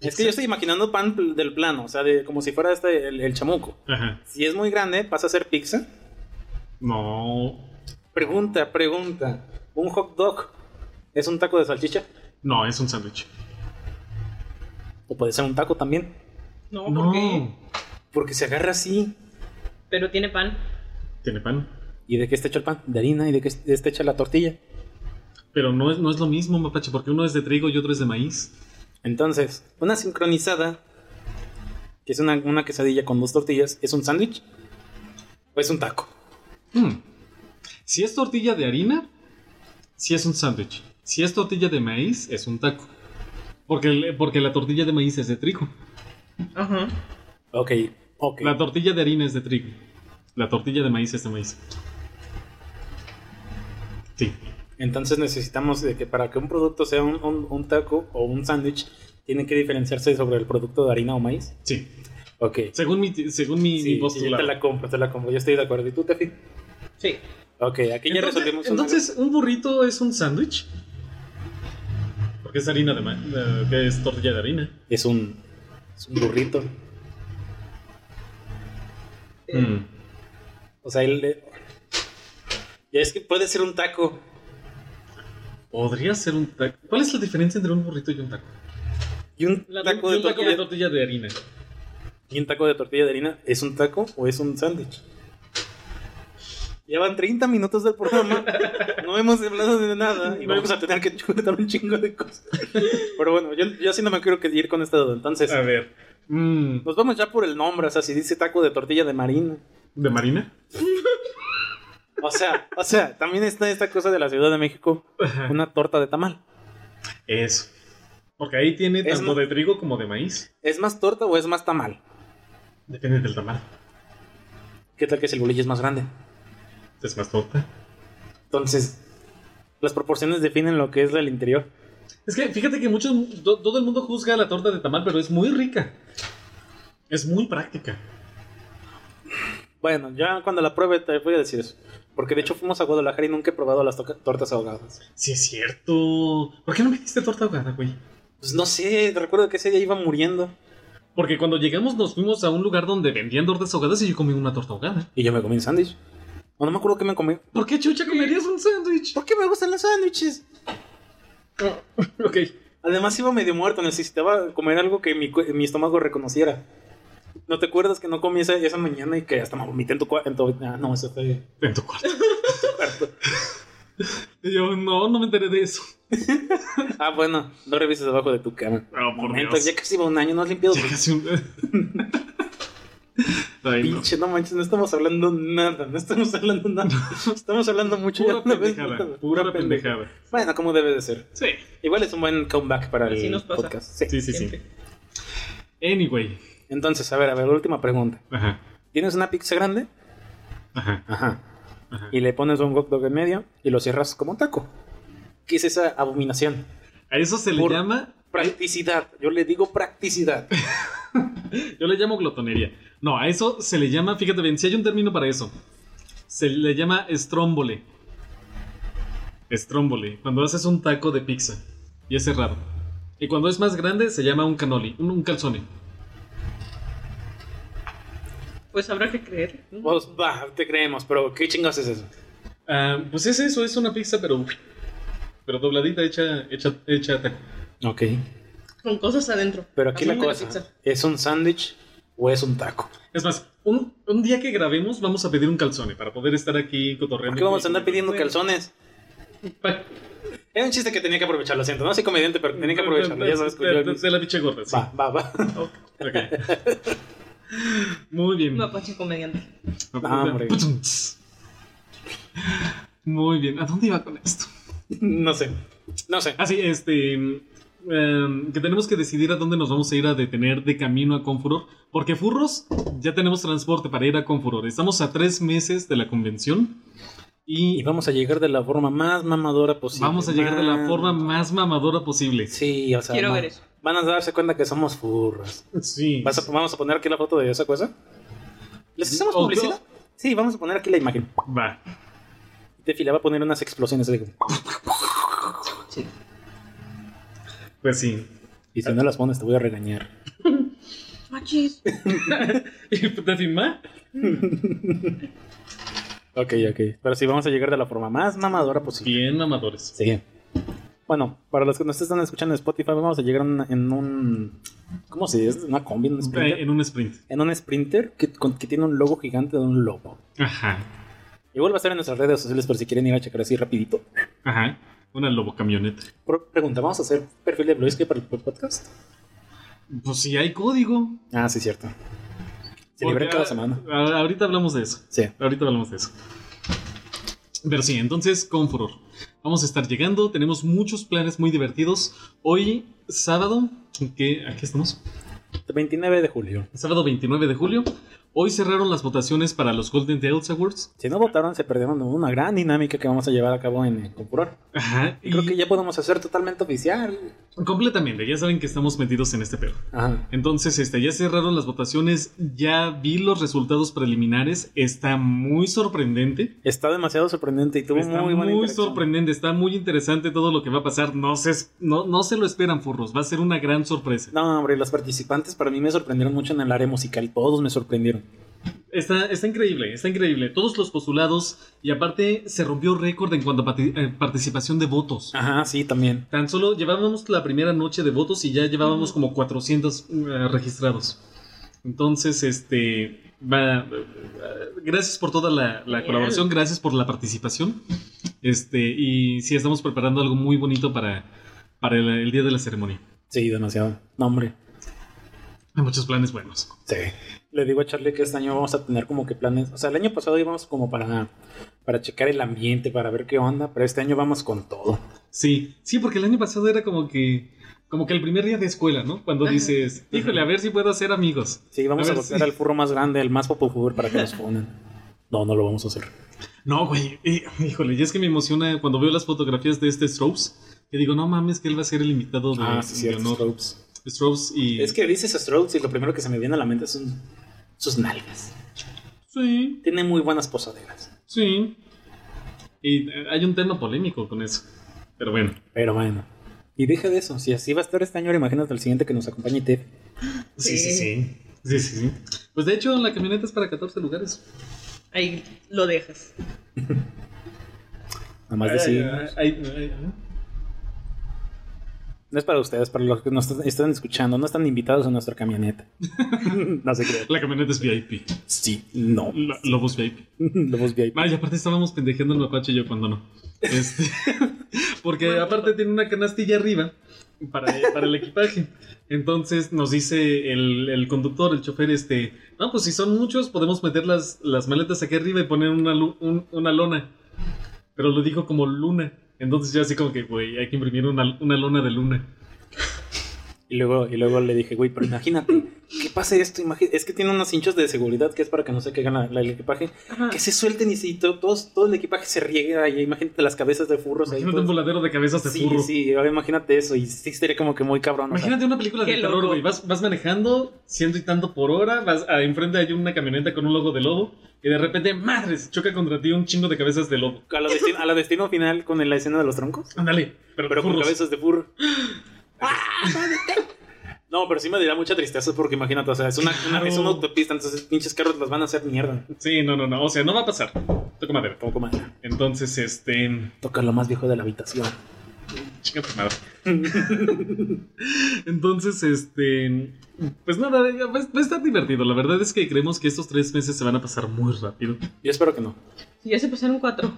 Speaker 1: Es que yo estoy imaginando pan pl- del plano, o sea, de, como si fuera este el, el chamuco.
Speaker 2: Ajá.
Speaker 1: Si es muy grande, pasa a ser pizza.
Speaker 2: No.
Speaker 1: Pregunta, pregunta. ¿Un hot dog es un taco de salchicha?
Speaker 2: No, es un sándwich.
Speaker 1: ¿O puede ser un taco también?
Speaker 3: No, ¿por qué?
Speaker 2: No.
Speaker 1: Porque se agarra así.
Speaker 3: Pero tiene pan.
Speaker 2: Tiene pan.
Speaker 1: ¿Y de qué está hecho el pan? De harina y de qué está hecha la tortilla.
Speaker 2: Pero no es, no es lo mismo, mapache, porque uno es de trigo y otro es de maíz.
Speaker 1: Entonces, una sincronizada, que es una, una quesadilla con dos tortillas, ¿es un sándwich? ¿O es un taco?
Speaker 2: Hmm. Si es tortilla de harina, si es un sándwich. Si es tortilla de maíz, es un taco. Porque, el- porque la tortilla de maíz es de trigo.
Speaker 3: Ajá.
Speaker 1: Ok, ok.
Speaker 2: La tortilla de harina es de trigo. La tortilla de maíz es de maíz. Sí.
Speaker 1: Entonces necesitamos de que para que un producto sea un, un- un taco o un sándwich, tiene que diferenciarse sobre el producto de harina o maíz.
Speaker 2: Sí.
Speaker 1: Ok.
Speaker 2: Según mi, según mi, mi
Speaker 1: Sí, sí, yo
Speaker 2: postulado.
Speaker 1: te la compro, te la compro. Yo estoy de acuerdo. ¿Y tú, Tefi?
Speaker 3: Sí.
Speaker 1: Ok, aquí ya resolvimos una-
Speaker 2: entonces, ¿un burrito es un sándwich? Porque es harina de maíz. es tortilla de harina.
Speaker 1: Es un, es un burrito.
Speaker 3: Eh,
Speaker 2: Mm.
Speaker 1: O sea, él... le- Ya es que puede ser un taco.
Speaker 2: Podría ser un taco. ¿Cuál es la diferencia entre un burrito y un taco?
Speaker 1: Y un
Speaker 2: La
Speaker 1: taco de
Speaker 2: un taco de
Speaker 1: tortilla...
Speaker 2: tortilla de harina.
Speaker 1: ¿Y un taco de tortilla de harina es un taco o es un sándwich? Ya van 30 minutos del programa, no hemos hablado de nada y
Speaker 2: No.
Speaker 1: vamos a tener que cortar un chingo de cosas. Pero bueno, yo, yo así no me quiero que ir con esta duda. Entonces,
Speaker 2: A ver. Mm,
Speaker 1: nos vamos ya por el nombre, o sea, si dice taco de tortilla de marina.
Speaker 2: ¿De marina?
Speaker 1: O sea, o sea, también está esta cosa de la Ciudad de México,
Speaker 2: Ah.
Speaker 1: una torta de tamal.
Speaker 2: Eso. Porque ahí tiene
Speaker 1: Es
Speaker 2: tanto
Speaker 1: ma-
Speaker 2: de trigo como de maíz.
Speaker 1: ¿Es más torta o es más tamal?
Speaker 2: Depende del tamal.
Speaker 1: ¿Qué tal que si el bolillo es más grande?
Speaker 2: Es más torta.
Speaker 1: Entonces, las proporciones definen lo que es el interior.
Speaker 2: Es que fíjate que mucho, to- todo el mundo juzga la torta de tamal, pero es muy rica. Es muy práctica.
Speaker 1: Bueno, ya cuando la pruebe te voy a decir eso. Porque de hecho fuimos a Guadalajara y nunca he probado las toca- tortas ahogadas.
Speaker 2: Sí, es cierto. ¿Por qué no me diste torta ahogada, güey?
Speaker 1: Pues no sé, recuerdo que ese día iba muriendo.
Speaker 2: Porque cuando llegamos nos fuimos a un lugar donde vendían tortas ahogadas y yo comí una torta ahogada.
Speaker 1: Y yo me comí un sándwich. O no me acuerdo qué me comí.
Speaker 2: ¿Por qué chucha comerías un sándwich?
Speaker 1: ¿Por qué me gustan los sándwiches?
Speaker 2: ok.
Speaker 1: Además iba medio muerto, necesitaba comer algo que mi, cu- mi estómago reconociera. ¿No te acuerdas que no comí esa, esa mañana y que hasta me vomité en tu cuarto? Ah, no, eso fue...
Speaker 2: En tu cuarto. Y yo, no, no me enteré de eso.
Speaker 1: Ah, bueno, no revises abajo de tu cama.
Speaker 2: Ah, por
Speaker 1: Momento, ya casi va un año, no has limpiado tu
Speaker 2: Ya casi un... Ay, no.
Speaker 1: Pinche, no manches, no estamos hablando nada, no estamos hablando nada. Estamos hablando mucho.
Speaker 2: Pura
Speaker 1: ya no ves
Speaker 2: pendejada,
Speaker 1: nada.
Speaker 2: pura pendejada.
Speaker 1: Bueno, como debe de ser.
Speaker 2: Sí.
Speaker 1: Igual es un buen comeback para el
Speaker 3: Así nos pasa.
Speaker 1: podcast. Sí.
Speaker 2: Sí, sí, sí.
Speaker 3: siempre.
Speaker 2: Anyway.
Speaker 1: Entonces, a ver, a ver, última pregunta.
Speaker 2: Ajá,
Speaker 1: ¿Tienes una pizza grande?
Speaker 2: ajá,
Speaker 1: Ajá.
Speaker 2: ajá.
Speaker 1: Y le pones un hot dog en medio y lo cierras como taco. ¿Qué es esa abominación?
Speaker 2: A eso se le
Speaker 1: Por-
Speaker 2: llama...
Speaker 1: Practicidad. Yo le digo practicidad.
Speaker 2: Yo le llamo glotonería. No, a eso se le llama... Fíjate bien, si hay un término para eso. Se le llama estrómbole. Estrómbole. Cuando haces un taco de pizza. Y es cerrado. Y cuando es más grande se llama un canoli, un, un calzone.
Speaker 3: Pues habrá que creer.
Speaker 1: Pues, bah, te creemos, pero ¿qué chingados es eso?
Speaker 2: Ah, pues es eso, es una pizza pero... Pero dobladita, hecha, hecha, hecha taco.
Speaker 1: Ok.
Speaker 3: Con cosas adentro.
Speaker 1: Pero aquí
Speaker 3: Así
Speaker 1: la
Speaker 3: me
Speaker 1: cosa,
Speaker 3: pizza.
Speaker 1: ¿es un sándwich o es un taco?
Speaker 2: Es más, un, un día que grabemos vamos a pedir un calzone para poder estar aquí cotorreando.
Speaker 1: ¿Por qué vamos a andar pidiendo
Speaker 3: Bueno.
Speaker 1: calzones?
Speaker 2: Pa-
Speaker 1: Era un chiste que tenía que aprovechar, lo siento. No soy comediante, pero tenía que aprovecharlo. Ya sabes que
Speaker 2: Te-
Speaker 1: yo-
Speaker 2: te- te la pinche gorda, sí.
Speaker 1: Va, va, va.
Speaker 2: Ok. Muy bien.
Speaker 3: Mapache comediante.
Speaker 1: Ah, hombre.
Speaker 2: Putum, tss. Muy bien. ¿A dónde iba con esto?
Speaker 1: No sé. No sé.
Speaker 2: Ah, sí, este. em, que tenemos que decidir a dónde nos vamos a ir a detener de camino a Confuror. Porque Furros ya tenemos transporte para ir a Confuror. Estamos a tres meses de la convención.
Speaker 1: Y
Speaker 2: Y
Speaker 1: vamos a llegar de la forma más mamadora posible.
Speaker 2: vamos a llegar de la
Speaker 1: Man.
Speaker 2: forma más mamadora posible.
Speaker 1: Sí, o sea.
Speaker 3: Quiero
Speaker 1: man-
Speaker 3: ver eso.
Speaker 1: Van a darse cuenta que somos furros.
Speaker 2: Sí.
Speaker 1: ¿Vas a- vamos a poner aquí la foto de esa cosa. ¿Les hacemos
Speaker 2: ¿Otro?
Speaker 1: publicidad? Sí, vamos a poner aquí la imagen.
Speaker 2: Va.
Speaker 1: Tefila va a poner unas explosiones. así como-
Speaker 2: Pues sí.
Speaker 1: Y si no las pones, te voy a regañar.
Speaker 3: Machis.
Speaker 2: ¿Y te filma?
Speaker 1: Ok, ok. Pero sí, vamos a llegar de la forma más mamadora posible.
Speaker 2: Bien mamadores.
Speaker 1: Sí. Bueno, para los que nos están escuchando en Spotify, vamos a llegar en- en un. ¿Cómo se dice? ¿Una combi? ¿Un sprinter?
Speaker 2: Eh, En un sprint.
Speaker 1: en un sprinter que, con- que tiene un logo gigante de un lobo.
Speaker 2: Ajá.
Speaker 1: Igual va a estar en nuestras redes sociales por si quieren ir a checar así rapidito.
Speaker 2: Ajá. Una lobo camioneta.
Speaker 1: Pro- Pregunta, ¿vamos a hacer perfil de Blue Sky para el podcast?
Speaker 2: Pues si hay código.
Speaker 1: Ah, sí, cierto. Se
Speaker 2: Porque
Speaker 1: libran cada
Speaker 2: a-
Speaker 1: semana.
Speaker 2: a- ahorita hablamos de eso.
Speaker 1: Sí.
Speaker 2: Ahorita hablamos de eso. Pero sí, entonces, con furor. Vamos a estar llegando, tenemos muchos planes muy divertidos. Hoy, sábado, que aquí estamos,
Speaker 1: 29 de julio.
Speaker 2: sábado 29 de julio. Hoy cerraron las votaciones para los Golden Tales Awards.
Speaker 1: Si no votaron, se perdieron una gran dinámica que vamos a llevar a cabo en eh, Confuror.
Speaker 2: Ajá,
Speaker 1: Y
Speaker 2: y
Speaker 1: Creo que ya podemos hacer totalmente oficial.
Speaker 2: completamente, ya saben que estamos metidos en este pedo.
Speaker 1: Ajá.
Speaker 2: Entonces, este, ya cerraron las votaciones, ya vi los resultados preliminares, está muy sorprendente.
Speaker 1: Está demasiado sorprendente y tuvo
Speaker 2: Está
Speaker 1: muy
Speaker 2: muy,
Speaker 1: buena interacción.
Speaker 2: sorprendente, está muy interesante todo lo que va a pasar. No se, no, no se lo esperan, furros. Va a ser una gran sorpresa.
Speaker 1: No, hombre, los participantes para mí me sorprendieron mucho en el área musical. Todos me sorprendieron.
Speaker 2: Está, está increíble, está increíble. Todos los postulados y aparte se rompió récord en cuanto a parti- eh, participación de votos.
Speaker 1: Ajá, sí, también.
Speaker 2: Tan solo llevábamos la primera noche de votos y ya llevábamos como 400 eh, registrados. Entonces, este... Va, eh, gracias por toda la, la
Speaker 3: Genial.
Speaker 2: colaboración, gracias por la participación. Este, y sí, estamos preparando algo muy bonito para, para el- el día de la ceremonia.
Speaker 1: Sí, demasiado. No, hombre.
Speaker 2: Hay muchos planes buenos.
Speaker 1: Sí. Le digo a Charlie que este año vamos a tener como que planes. O sea, el año pasado íbamos como para, para checar el ambiente, para ver qué onda, pero este año vamos con todo.
Speaker 2: Sí, sí, porque el año pasado era como que. Como que el primer día de escuela, ¿no? Cuando
Speaker 3: Ajá.
Speaker 2: dices, híjole, a ver si puedo hacer amigos.
Speaker 1: Sí, vamos
Speaker 2: A
Speaker 1: a,
Speaker 2: ver,
Speaker 1: buscar
Speaker 2: sí.
Speaker 1: al furro más grande, el más popular para que nos ponen. No, no lo vamos a hacer.
Speaker 2: No, güey, eh, híjole, y es que me emociona cuando veo las fotografías de este Strobes. Que digo, no mames, que él va a ser el invitado de,
Speaker 1: Ah, sí,
Speaker 2: de
Speaker 1: cierto.
Speaker 2: honor.
Speaker 1: Strokes.
Speaker 2: Strobes y.
Speaker 1: Es que dices Strokes y lo primero que se me viene a la mente son sus nalgas.
Speaker 2: Sí,
Speaker 1: Tiene muy buenas posaderas.
Speaker 2: sí. Y eh, hay un tema polémico con eso. Pero bueno,
Speaker 1: Pero bueno. Y deja de eso. Si así va a estar este año, ahora imagínate el siguiente que nos acompañe Tef.
Speaker 2: sí, sí,
Speaker 3: Sí.
Speaker 2: sí. Sí, sí, sí. Pues de hecho, la camioneta es para 14 lugares.
Speaker 3: Ahí lo dejas.
Speaker 1: Nada más decir.
Speaker 2: Ay, ay, ¿eh? ay, ay.
Speaker 1: No es para ustedes, para los que nos est- están escuchando. No están invitados a nuestra camioneta. no se crean.
Speaker 2: La camioneta es VIP.
Speaker 1: Sí, no.
Speaker 2: Lo- Lobos VIP.
Speaker 1: Lobos VIP.
Speaker 2: Ay, Ah, aparte estábamos pendejeando el mapache y yo cuando no. Este, porque aparte tiene una canastilla arriba para, para el equipaje. Entonces nos dice el, el conductor, el chofer, este, no, pues si son muchos podemos meter las, las maletas aquí arriba y poner una, lu- un- una lona. Pero lo dijo como luna. Entonces yo así como que, güey, hay que imprimir una, una lona de luna.
Speaker 1: Y luego, y luego le dije, güey, pero imagínate, que pase esto, imagi- es que tiene unos hinchos de seguridad que es para que no se caigan la, la- el equipaje,
Speaker 3: Ajá.
Speaker 1: que se suelten y si to- todos, todo el equipaje se riegue ahí, imagínate las cabezas de furros Pues ahí.
Speaker 2: Imagínate un
Speaker 1: todos-
Speaker 2: voladero de cabezas de
Speaker 1: sí,
Speaker 2: furro.
Speaker 1: sí, ahora imagínate eso, y sí sería como que muy cabrón. o sea,
Speaker 2: Imagínate una película de
Speaker 3: Qué
Speaker 2: terror,
Speaker 3: loco.
Speaker 2: güey. Vas, vas manejando ciento y tanto por hora, vas a- enfrente hay una camioneta con un logo de lobo y de repente, madres, choca contra ti un chingo de cabezas de lobo.
Speaker 1: a, la destino, a la destino final con la escena de los troncos,
Speaker 2: Ándale, pero,
Speaker 1: pero con
Speaker 2: furros.
Speaker 1: cabezas de furro. No, pero sí me daría mucha tristeza porque imagínate, o sea, es una, una- es una
Speaker 2: Claro.
Speaker 1: autopista, entonces pinches carros las van a hacer mierda.
Speaker 2: Sí, no, no, no. O sea, no va a pasar. Toca madera.
Speaker 1: Poco madera.
Speaker 2: Entonces, este.
Speaker 1: Toca lo más viejo de la habitación.
Speaker 2: Chinga tu madre. Entonces, este. Pues nada, va, va a estar divertido. La verdad es que creemos que estos tres meses se van a pasar muy rápido.
Speaker 1: Yo espero que no.
Speaker 3: Ya se pasaron cuatro.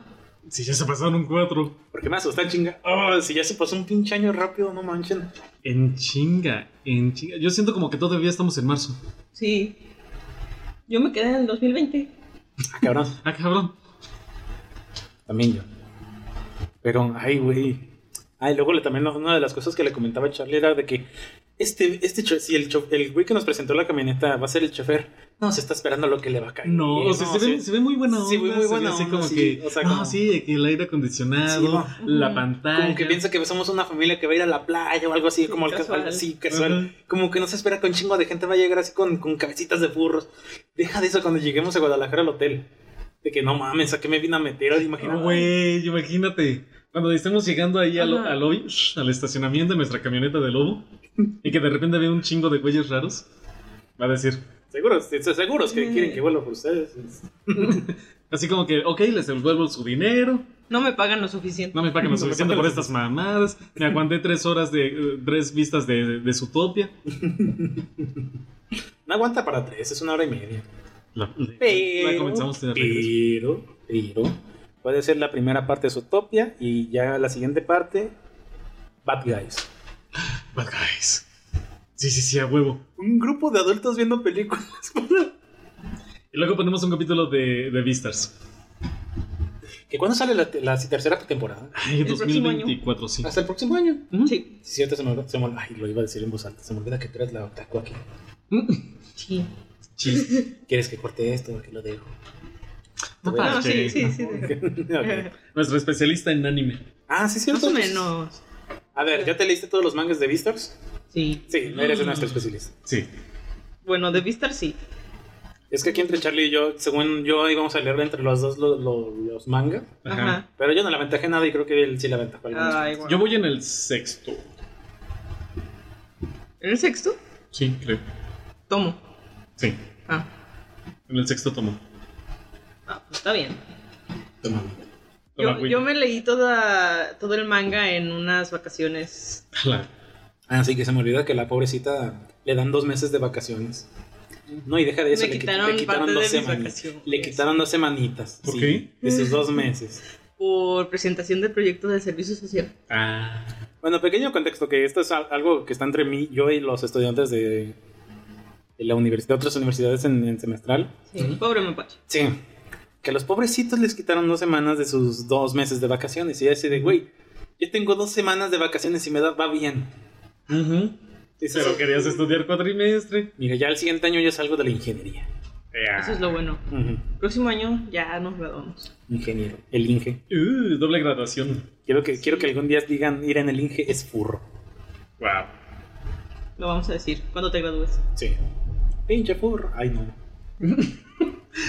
Speaker 2: Si ya se pasaron cuatro.
Speaker 1: Porque me asustan, chinga. Oh, si ya se pasó un pinche año rápido, no manchen.
Speaker 2: En chinga, en chinga. Yo siento como que todavía estamos en marzo.
Speaker 3: Sí. Yo me quedé en el 2020.
Speaker 1: Ah, cabrón.
Speaker 2: Ah, cabrón.
Speaker 1: También yo. Pero, ay, güey. Ah, y luego le- también una de las cosas que le comentaba a Charlie era de que este, este cho- si el, cho- el güey que nos presentó la camioneta va a ser el chofer, no, se está esperando lo que le va a caer.
Speaker 2: No, o sea, se, ve,
Speaker 1: sí.
Speaker 2: se ve muy buena onda.
Speaker 1: Sí, muy
Speaker 2: se ve
Speaker 1: buena
Speaker 2: así
Speaker 1: onda,
Speaker 2: como
Speaker 1: sí,
Speaker 2: que.
Speaker 1: o sea,
Speaker 2: no,
Speaker 1: como-
Speaker 2: sí, que el aire acondicionado,
Speaker 1: Sí, no.
Speaker 2: la
Speaker 3: Ujú.
Speaker 2: pantalla.
Speaker 1: Como que piensa que somos una familia que va a ir a la playa o algo así,
Speaker 3: Sí,
Speaker 1: como el
Speaker 3: casual.
Speaker 1: casual. Sí, casual.
Speaker 2: Ajá.
Speaker 1: Como que no se espera que un chingo de gente va a llegar así con, con cabecitas de burros. Deja de eso cuando lleguemos a Guadalajara al hotel. De que no mames, ¿a qué me vine a meter? Imagínate.
Speaker 2: No, Güey, imagínate. Cuando estemos llegando ahí al,
Speaker 3: Ajá.
Speaker 2: al lobby, shh, al estacionamiento de nuestra camioneta de lobo, y que de repente ve un chingo de güeyes raros, va a decir,
Speaker 1: Seguros, sí, seguros que
Speaker 3: Eh.
Speaker 1: quieren que vuelva por ustedes.
Speaker 2: así como que, ok, les devuelvo su dinero,
Speaker 3: No me pagan lo suficiente.
Speaker 2: no me
Speaker 1: No
Speaker 2: pagan lo
Speaker 1: me
Speaker 2: suficiente
Speaker 1: pagan
Speaker 2: por
Speaker 1: lo
Speaker 2: estas mamadas, me aguanté tres horas de, eh, tres vistas de, de Zootopia.
Speaker 1: No aguanta para tres, es una hora y media.
Speaker 2: La,
Speaker 1: Pero,
Speaker 2: la comenzamos de regreso.
Speaker 1: pero, pero, puede ser la primera parte de Zootopia y ya la siguiente parte, Bad Guys.
Speaker 2: Bad guys. Sí, sí, sí, a huevo.
Speaker 1: Un grupo de adultos viendo películas.
Speaker 2: Y luego ponemos un capítulo de, de Beastars.
Speaker 1: ¿Que cuándo sale la, la tercera temporada?
Speaker 2: Ay,
Speaker 3: El próximo año.
Speaker 2: 2024, sí.
Speaker 1: Hasta el próximo año.
Speaker 3: Sí.
Speaker 1: Sí, cierto, se me, se me- Ay, lo iba a decir en voz alta. Se me olvida que tú eres la otaku aquí.
Speaker 3: Sí.
Speaker 2: Chis.
Speaker 1: ¿Quieres que corte esto o que lo dejo?
Speaker 2: No,
Speaker 1: Ah,
Speaker 3: No, sí, sí, sí.
Speaker 1: Ok.
Speaker 2: Nuestro especialista en anime.
Speaker 1: Ah, sí,
Speaker 3: Más
Speaker 1: cierto.
Speaker 3: o menos.
Speaker 1: A ver, ¿ya te leíste todos los mangas de Beastars?
Speaker 3: Sí.
Speaker 1: Sí, eres de nuestro especialista.
Speaker 2: Sí.
Speaker 3: Bueno, de Vistar sí.
Speaker 1: Es que aquí entre Charlie y yo, según yo, íbamos a leer entre los dos lo- lo- los mangas.
Speaker 2: Ajá.
Speaker 3: Ajá.
Speaker 1: Pero yo no le aventajé nada y creo que él sí le aventajó algunos.
Speaker 3: Ay, guau.
Speaker 2: Yo voy en el sexto.
Speaker 3: ¿En el sexto?
Speaker 2: Sí, creo.
Speaker 3: Tomo.
Speaker 2: Sí.
Speaker 3: Ah.
Speaker 2: En el sexto tomo.
Speaker 3: Ah, pues está bien.
Speaker 2: Toma. Toma,
Speaker 3: Yo,
Speaker 2: güey.
Speaker 3: yo me leí toda, todo el manga en unas vacaciones.
Speaker 2: Ala.
Speaker 1: Así que se me olvida que la pobrecita le dan dos meses de vacaciones. No, y deja de eso,
Speaker 3: Me
Speaker 1: le, quit-
Speaker 3: quitaron
Speaker 1: le quitaron
Speaker 3: parte
Speaker 1: dos
Speaker 3: de mis
Speaker 1: semanas.
Speaker 3: vacaciones.
Speaker 1: Le quitaron dos semanitas.
Speaker 2: ¿Por
Speaker 1: sí,
Speaker 2: qué?
Speaker 1: De sus dos meses.
Speaker 3: Por presentación de proyectos de servicio social.
Speaker 2: Ah.
Speaker 1: Bueno, pequeño contexto, que esto es al- algo que está entre mí, yo y los estudiantes de, de la universidad, otras universidades en, en semestral.
Speaker 3: Sí.
Speaker 2: Ujú.
Speaker 3: Pobre mapache.
Speaker 1: Sí. Que a los pobrecitos les quitaron dos semanas de sus dos meses de vacaciones. Y ella dice, güey, yo tengo dos semanas de vacaciones y me da, va bien.
Speaker 2: Ujú.
Speaker 1: Dice,
Speaker 2: Pero querías estudiar cuatrimestre.
Speaker 1: Mira, ya el siguiente año ya salgo de la ingeniería.
Speaker 2: Ya.
Speaker 3: Eso es lo bueno.
Speaker 1: Ujú.
Speaker 3: Próximo año ya nos graduamos.
Speaker 1: Ingeniero. El Inge.
Speaker 2: Uh, doble graduación.
Speaker 1: Quiero que, quiero que algún día digan ir en el Inge es furro.
Speaker 2: Wow.
Speaker 3: Lo vamos a decir. ¿Cuándo te gradúes?
Speaker 1: Sí. Pinche furro. Ay, no.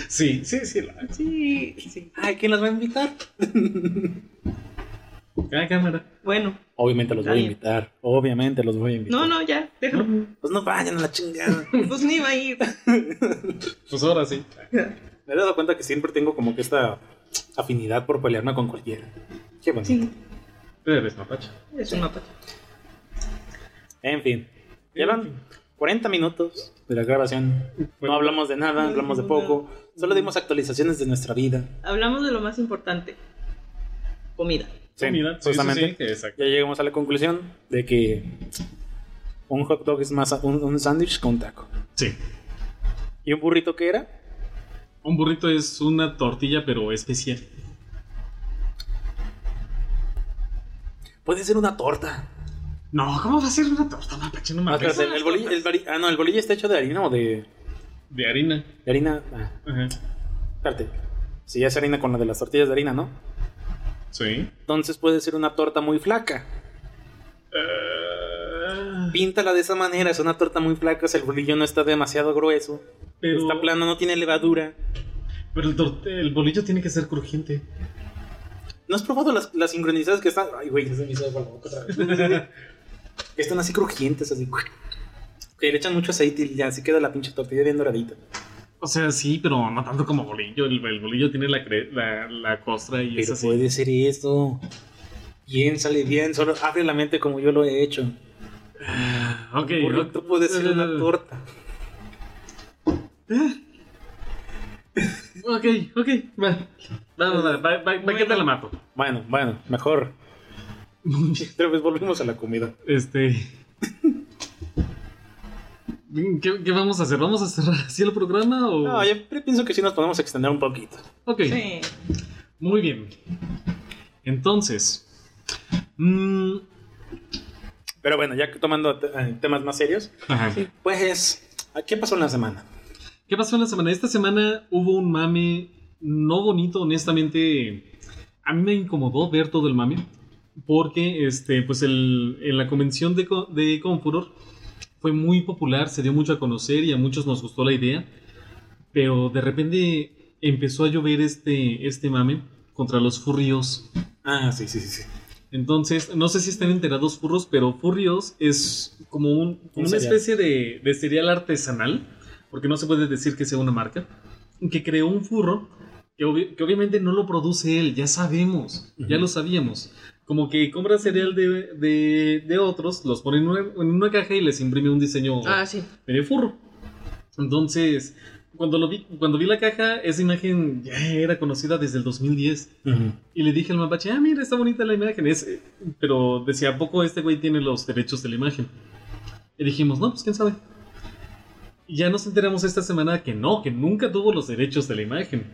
Speaker 2: Sí, sí, sí. la-
Speaker 3: Sí, sí.
Speaker 1: Ay, ¿quién los va a invitar?
Speaker 2: Ah, cámara.
Speaker 3: Bueno,
Speaker 1: Obviamente los voy a
Speaker 3: Nadie.
Speaker 1: invitar. Obviamente los voy a invitar.
Speaker 3: no, no, ya, déjalo.
Speaker 1: Pues no vayan a la chingada.
Speaker 3: Pues ni va a ir.
Speaker 2: Pues ahora sí.
Speaker 1: Me he dado cuenta que siempre tengo como que esta afinidad por pelearme con cualquiera. Qué bonito.
Speaker 3: Sí,
Speaker 2: Eres mapache.
Speaker 3: es un mapache.
Speaker 1: En fin. Llevan 40 minutos de la grabación. No hablamos de nada,
Speaker 3: No
Speaker 1: hablamos de
Speaker 3: dijimos
Speaker 1: poco. Solo dimos actualizaciones de nuestra vida.
Speaker 3: Hablamos de lo más importante. Comida.
Speaker 1: Sí,
Speaker 2: Comida. Sí, sí,
Speaker 1: justamente.
Speaker 2: sí, exacto.
Speaker 1: Ya llegamos a la conclusión de que un hot dog es más un, un sándwich con taco.
Speaker 2: Sí.
Speaker 1: ¿Y un burrito qué era?
Speaker 2: Un burrito es una tortilla, pero especial.
Speaker 1: Puede ser una torta.
Speaker 2: No, ¿cómo va a ser una torta mapache? No
Speaker 1: Ah,
Speaker 2: mames.
Speaker 1: espérate, el, el bolillo, el bari- ah, no, el bolillo está hecho de harina o de,
Speaker 2: De harina.
Speaker 1: de harina. Ah,
Speaker 2: Ajá.
Speaker 1: espérate. Si ya es harina con la de las tortillas de harina, ¿no?
Speaker 2: Sí.
Speaker 1: Entonces puede ser una torta muy flaca.
Speaker 2: Ah,
Speaker 1: Píntala de esa manera, es una torta muy flaca, o sea, el bolillo no está demasiado grueso.
Speaker 2: pero,
Speaker 1: Está plano, no tiene levadura.
Speaker 2: pero el, tor- el bolillo tiene que ser crujiente.
Speaker 1: ¿No has probado las, las sincronizadas que están? Ay, güey, ya se me hizo agua la boca otra vez. Que están así crujientes, así. Que le echan mucho aceite y ya así queda la pinche tortilla bien doradita.
Speaker 2: O sea, sí, pero no tanto como bolillo. El, el bolillo tiene la, cre- la, la costra y es
Speaker 1: Pero
Speaker 2: así.
Speaker 1: puede ser esto. Bien, sale bien, solo abre la mente como yo lo he hecho.
Speaker 2: Ah, ok.
Speaker 1: Correcto, puede ser una
Speaker 2: Eh,
Speaker 1: torta.
Speaker 2: Ok, ok. Va, va, va, va, va, va, va, que te la mato.
Speaker 1: Bueno, bueno, mejor. Otra vez volvemos a la comida.
Speaker 2: Este. ¿Qué, qué vamos a hacer? ¿Vamos a cerrar así el programa o.?
Speaker 1: No, yo pienso que sí nos podemos extender un poquito.
Speaker 2: Ok.
Speaker 3: Sí.
Speaker 2: Muy bien. Entonces, mm, Mm,
Speaker 1: Pero bueno, ya que tomando te- eh, temas más serios,
Speaker 2: ajá.
Speaker 3: Sí.
Speaker 1: pues, ¿a ¿qué pasó en la semana?
Speaker 2: ¿Qué pasó en la semana? Esta semana hubo un mame no bonito, honestamente. A mí me incomodó ver todo el mame. Porque, este, pues, el- en la convención de, Co- de Confuror fue muy popular, se dio mucho a conocer y a muchos nos gustó la idea. Pero de repente empezó a llover este, este mame contra los furrios.
Speaker 1: Ah, sí, sí, sí. sí.
Speaker 2: Entonces, no sé si están enterados furros, pero furrios es como un-
Speaker 1: Un
Speaker 2: una
Speaker 1: cereal.
Speaker 2: especie de, de cereal artesanal, porque no se puede decir que sea una marca, que creó un furro que, obvi- que obviamente no lo produce él, ya sabemos, ya
Speaker 1: Ujú.
Speaker 2: lo sabíamos. Como que compra cereal de, de- de otros, los pone en una, en una caja y les imprime un diseño
Speaker 3: Ah, sí.
Speaker 2: medio furro. Entonces, cuando, lo vi, cuando vi la caja, esa imagen ya era conocida desde el 2010. Y le dije al mapache, ah, mira, está bonita la imagen. Es, eh, pero decía, ¿a poco este güey tiene los derechos de la imagen? Y dijimos, no, pues quién sabe. Y ya nos enteramos esta semana que no, que nunca tuvo los derechos de la imagen.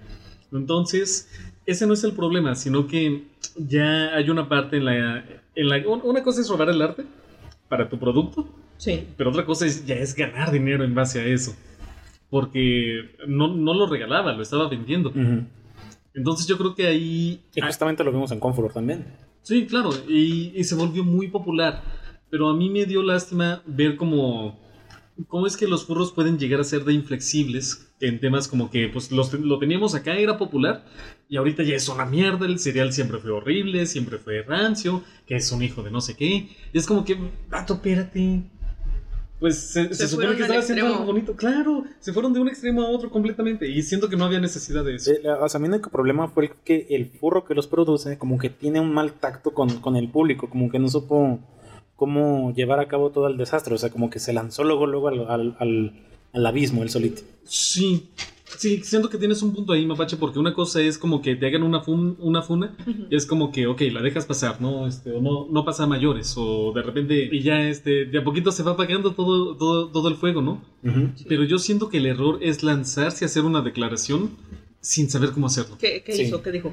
Speaker 2: Entonces, ese no es el problema, sino que ya hay una parte en la... En la un- una cosa es robar el arte para tu producto,
Speaker 3: Sí.
Speaker 2: pero otra cosa es, ya es ganar dinero en base a eso. Porque no, no lo regalaba, lo estaba vendiendo.
Speaker 1: Ujú.
Speaker 2: Entonces yo creo que ahí...
Speaker 1: Y justamente lo vimos en Confuror también.
Speaker 2: Sí, claro, y, y se volvió muy popular. Pero a mí me dio lástima ver cómo, cómo es que los furros pueden llegar a ser de inflexibles en temas como que pues los, ten- lo teníamos acá, era popular, y ahorita ya es una mierda, el cereal siempre fue horrible, siempre fue rancio, que es un hijo de no sé qué. Y es como que, vato, espérate. Pues se, se
Speaker 3: Se
Speaker 2: supone
Speaker 3: fueron
Speaker 2: que
Speaker 3: al
Speaker 2: estaba haciendo
Speaker 3: extremo.
Speaker 2: algo bonito, claro, se fueron de un extremo a otro completamente, y siento que no había necesidad de eso.
Speaker 1: Sí, la- o sea, mi único problema fue el que el furro que los produce como que tiene un mal tacto con, con el público, como que no supo cómo llevar a cabo todo el desastre, o sea, como que se lanzó luego, luego al, al, al- al abismo él solito.
Speaker 2: Sí, sí, siento que tienes un punto ahí, Mapache, porque una cosa es como que te hagan una, fun- una funa y es como que, ok, la dejas pasar, ¿no? Este, o no, no pasa a mayores, o de repente, y ya este, de a poquito se va apagando todo, todo, todo el fuego, ¿no? Pero yo siento que el error es lanzarse a hacer una declaración sin saber cómo hacerlo.
Speaker 3: ¿Qué, qué
Speaker 1: Sí.
Speaker 3: hizo? ¿Qué dijo?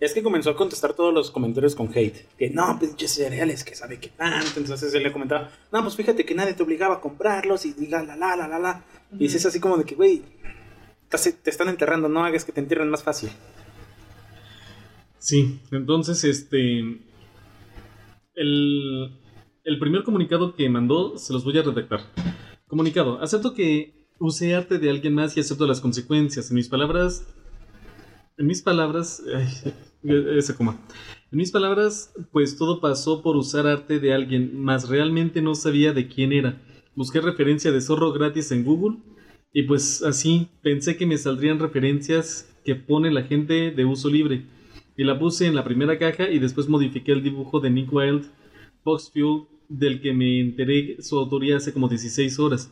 Speaker 1: Es que comenzó a contestar todos los comentarios con hate, que no, pinches cereales, que sabe que tanto, entonces él le comentaba, no, pues fíjate que nadie te obligaba a comprarlos y la, la, la, la, la, la. Y dices así como de que, güey, estás- te están enterrando, no hagas que te entierren más fácil.
Speaker 2: Sí, entonces, este. El, el primer comunicado que mandó se los voy a redactar. Comunicado: Acepto que usé arte de alguien más y acepto las consecuencias. En mis palabras. En mis palabras. ay, esa coma. En mis palabras, pues todo pasó por usar arte de alguien más. Realmente no sabía de quién era. Busqué referencia de zorro gratis en Google. Y pues así pensé que me saldrían referencias que pone la gente de uso libre y la puse en la primera caja y después modifiqué el dibujo de Nick Wilde, Fox Fuel, del que me enteré su autoría hace como 16 horas.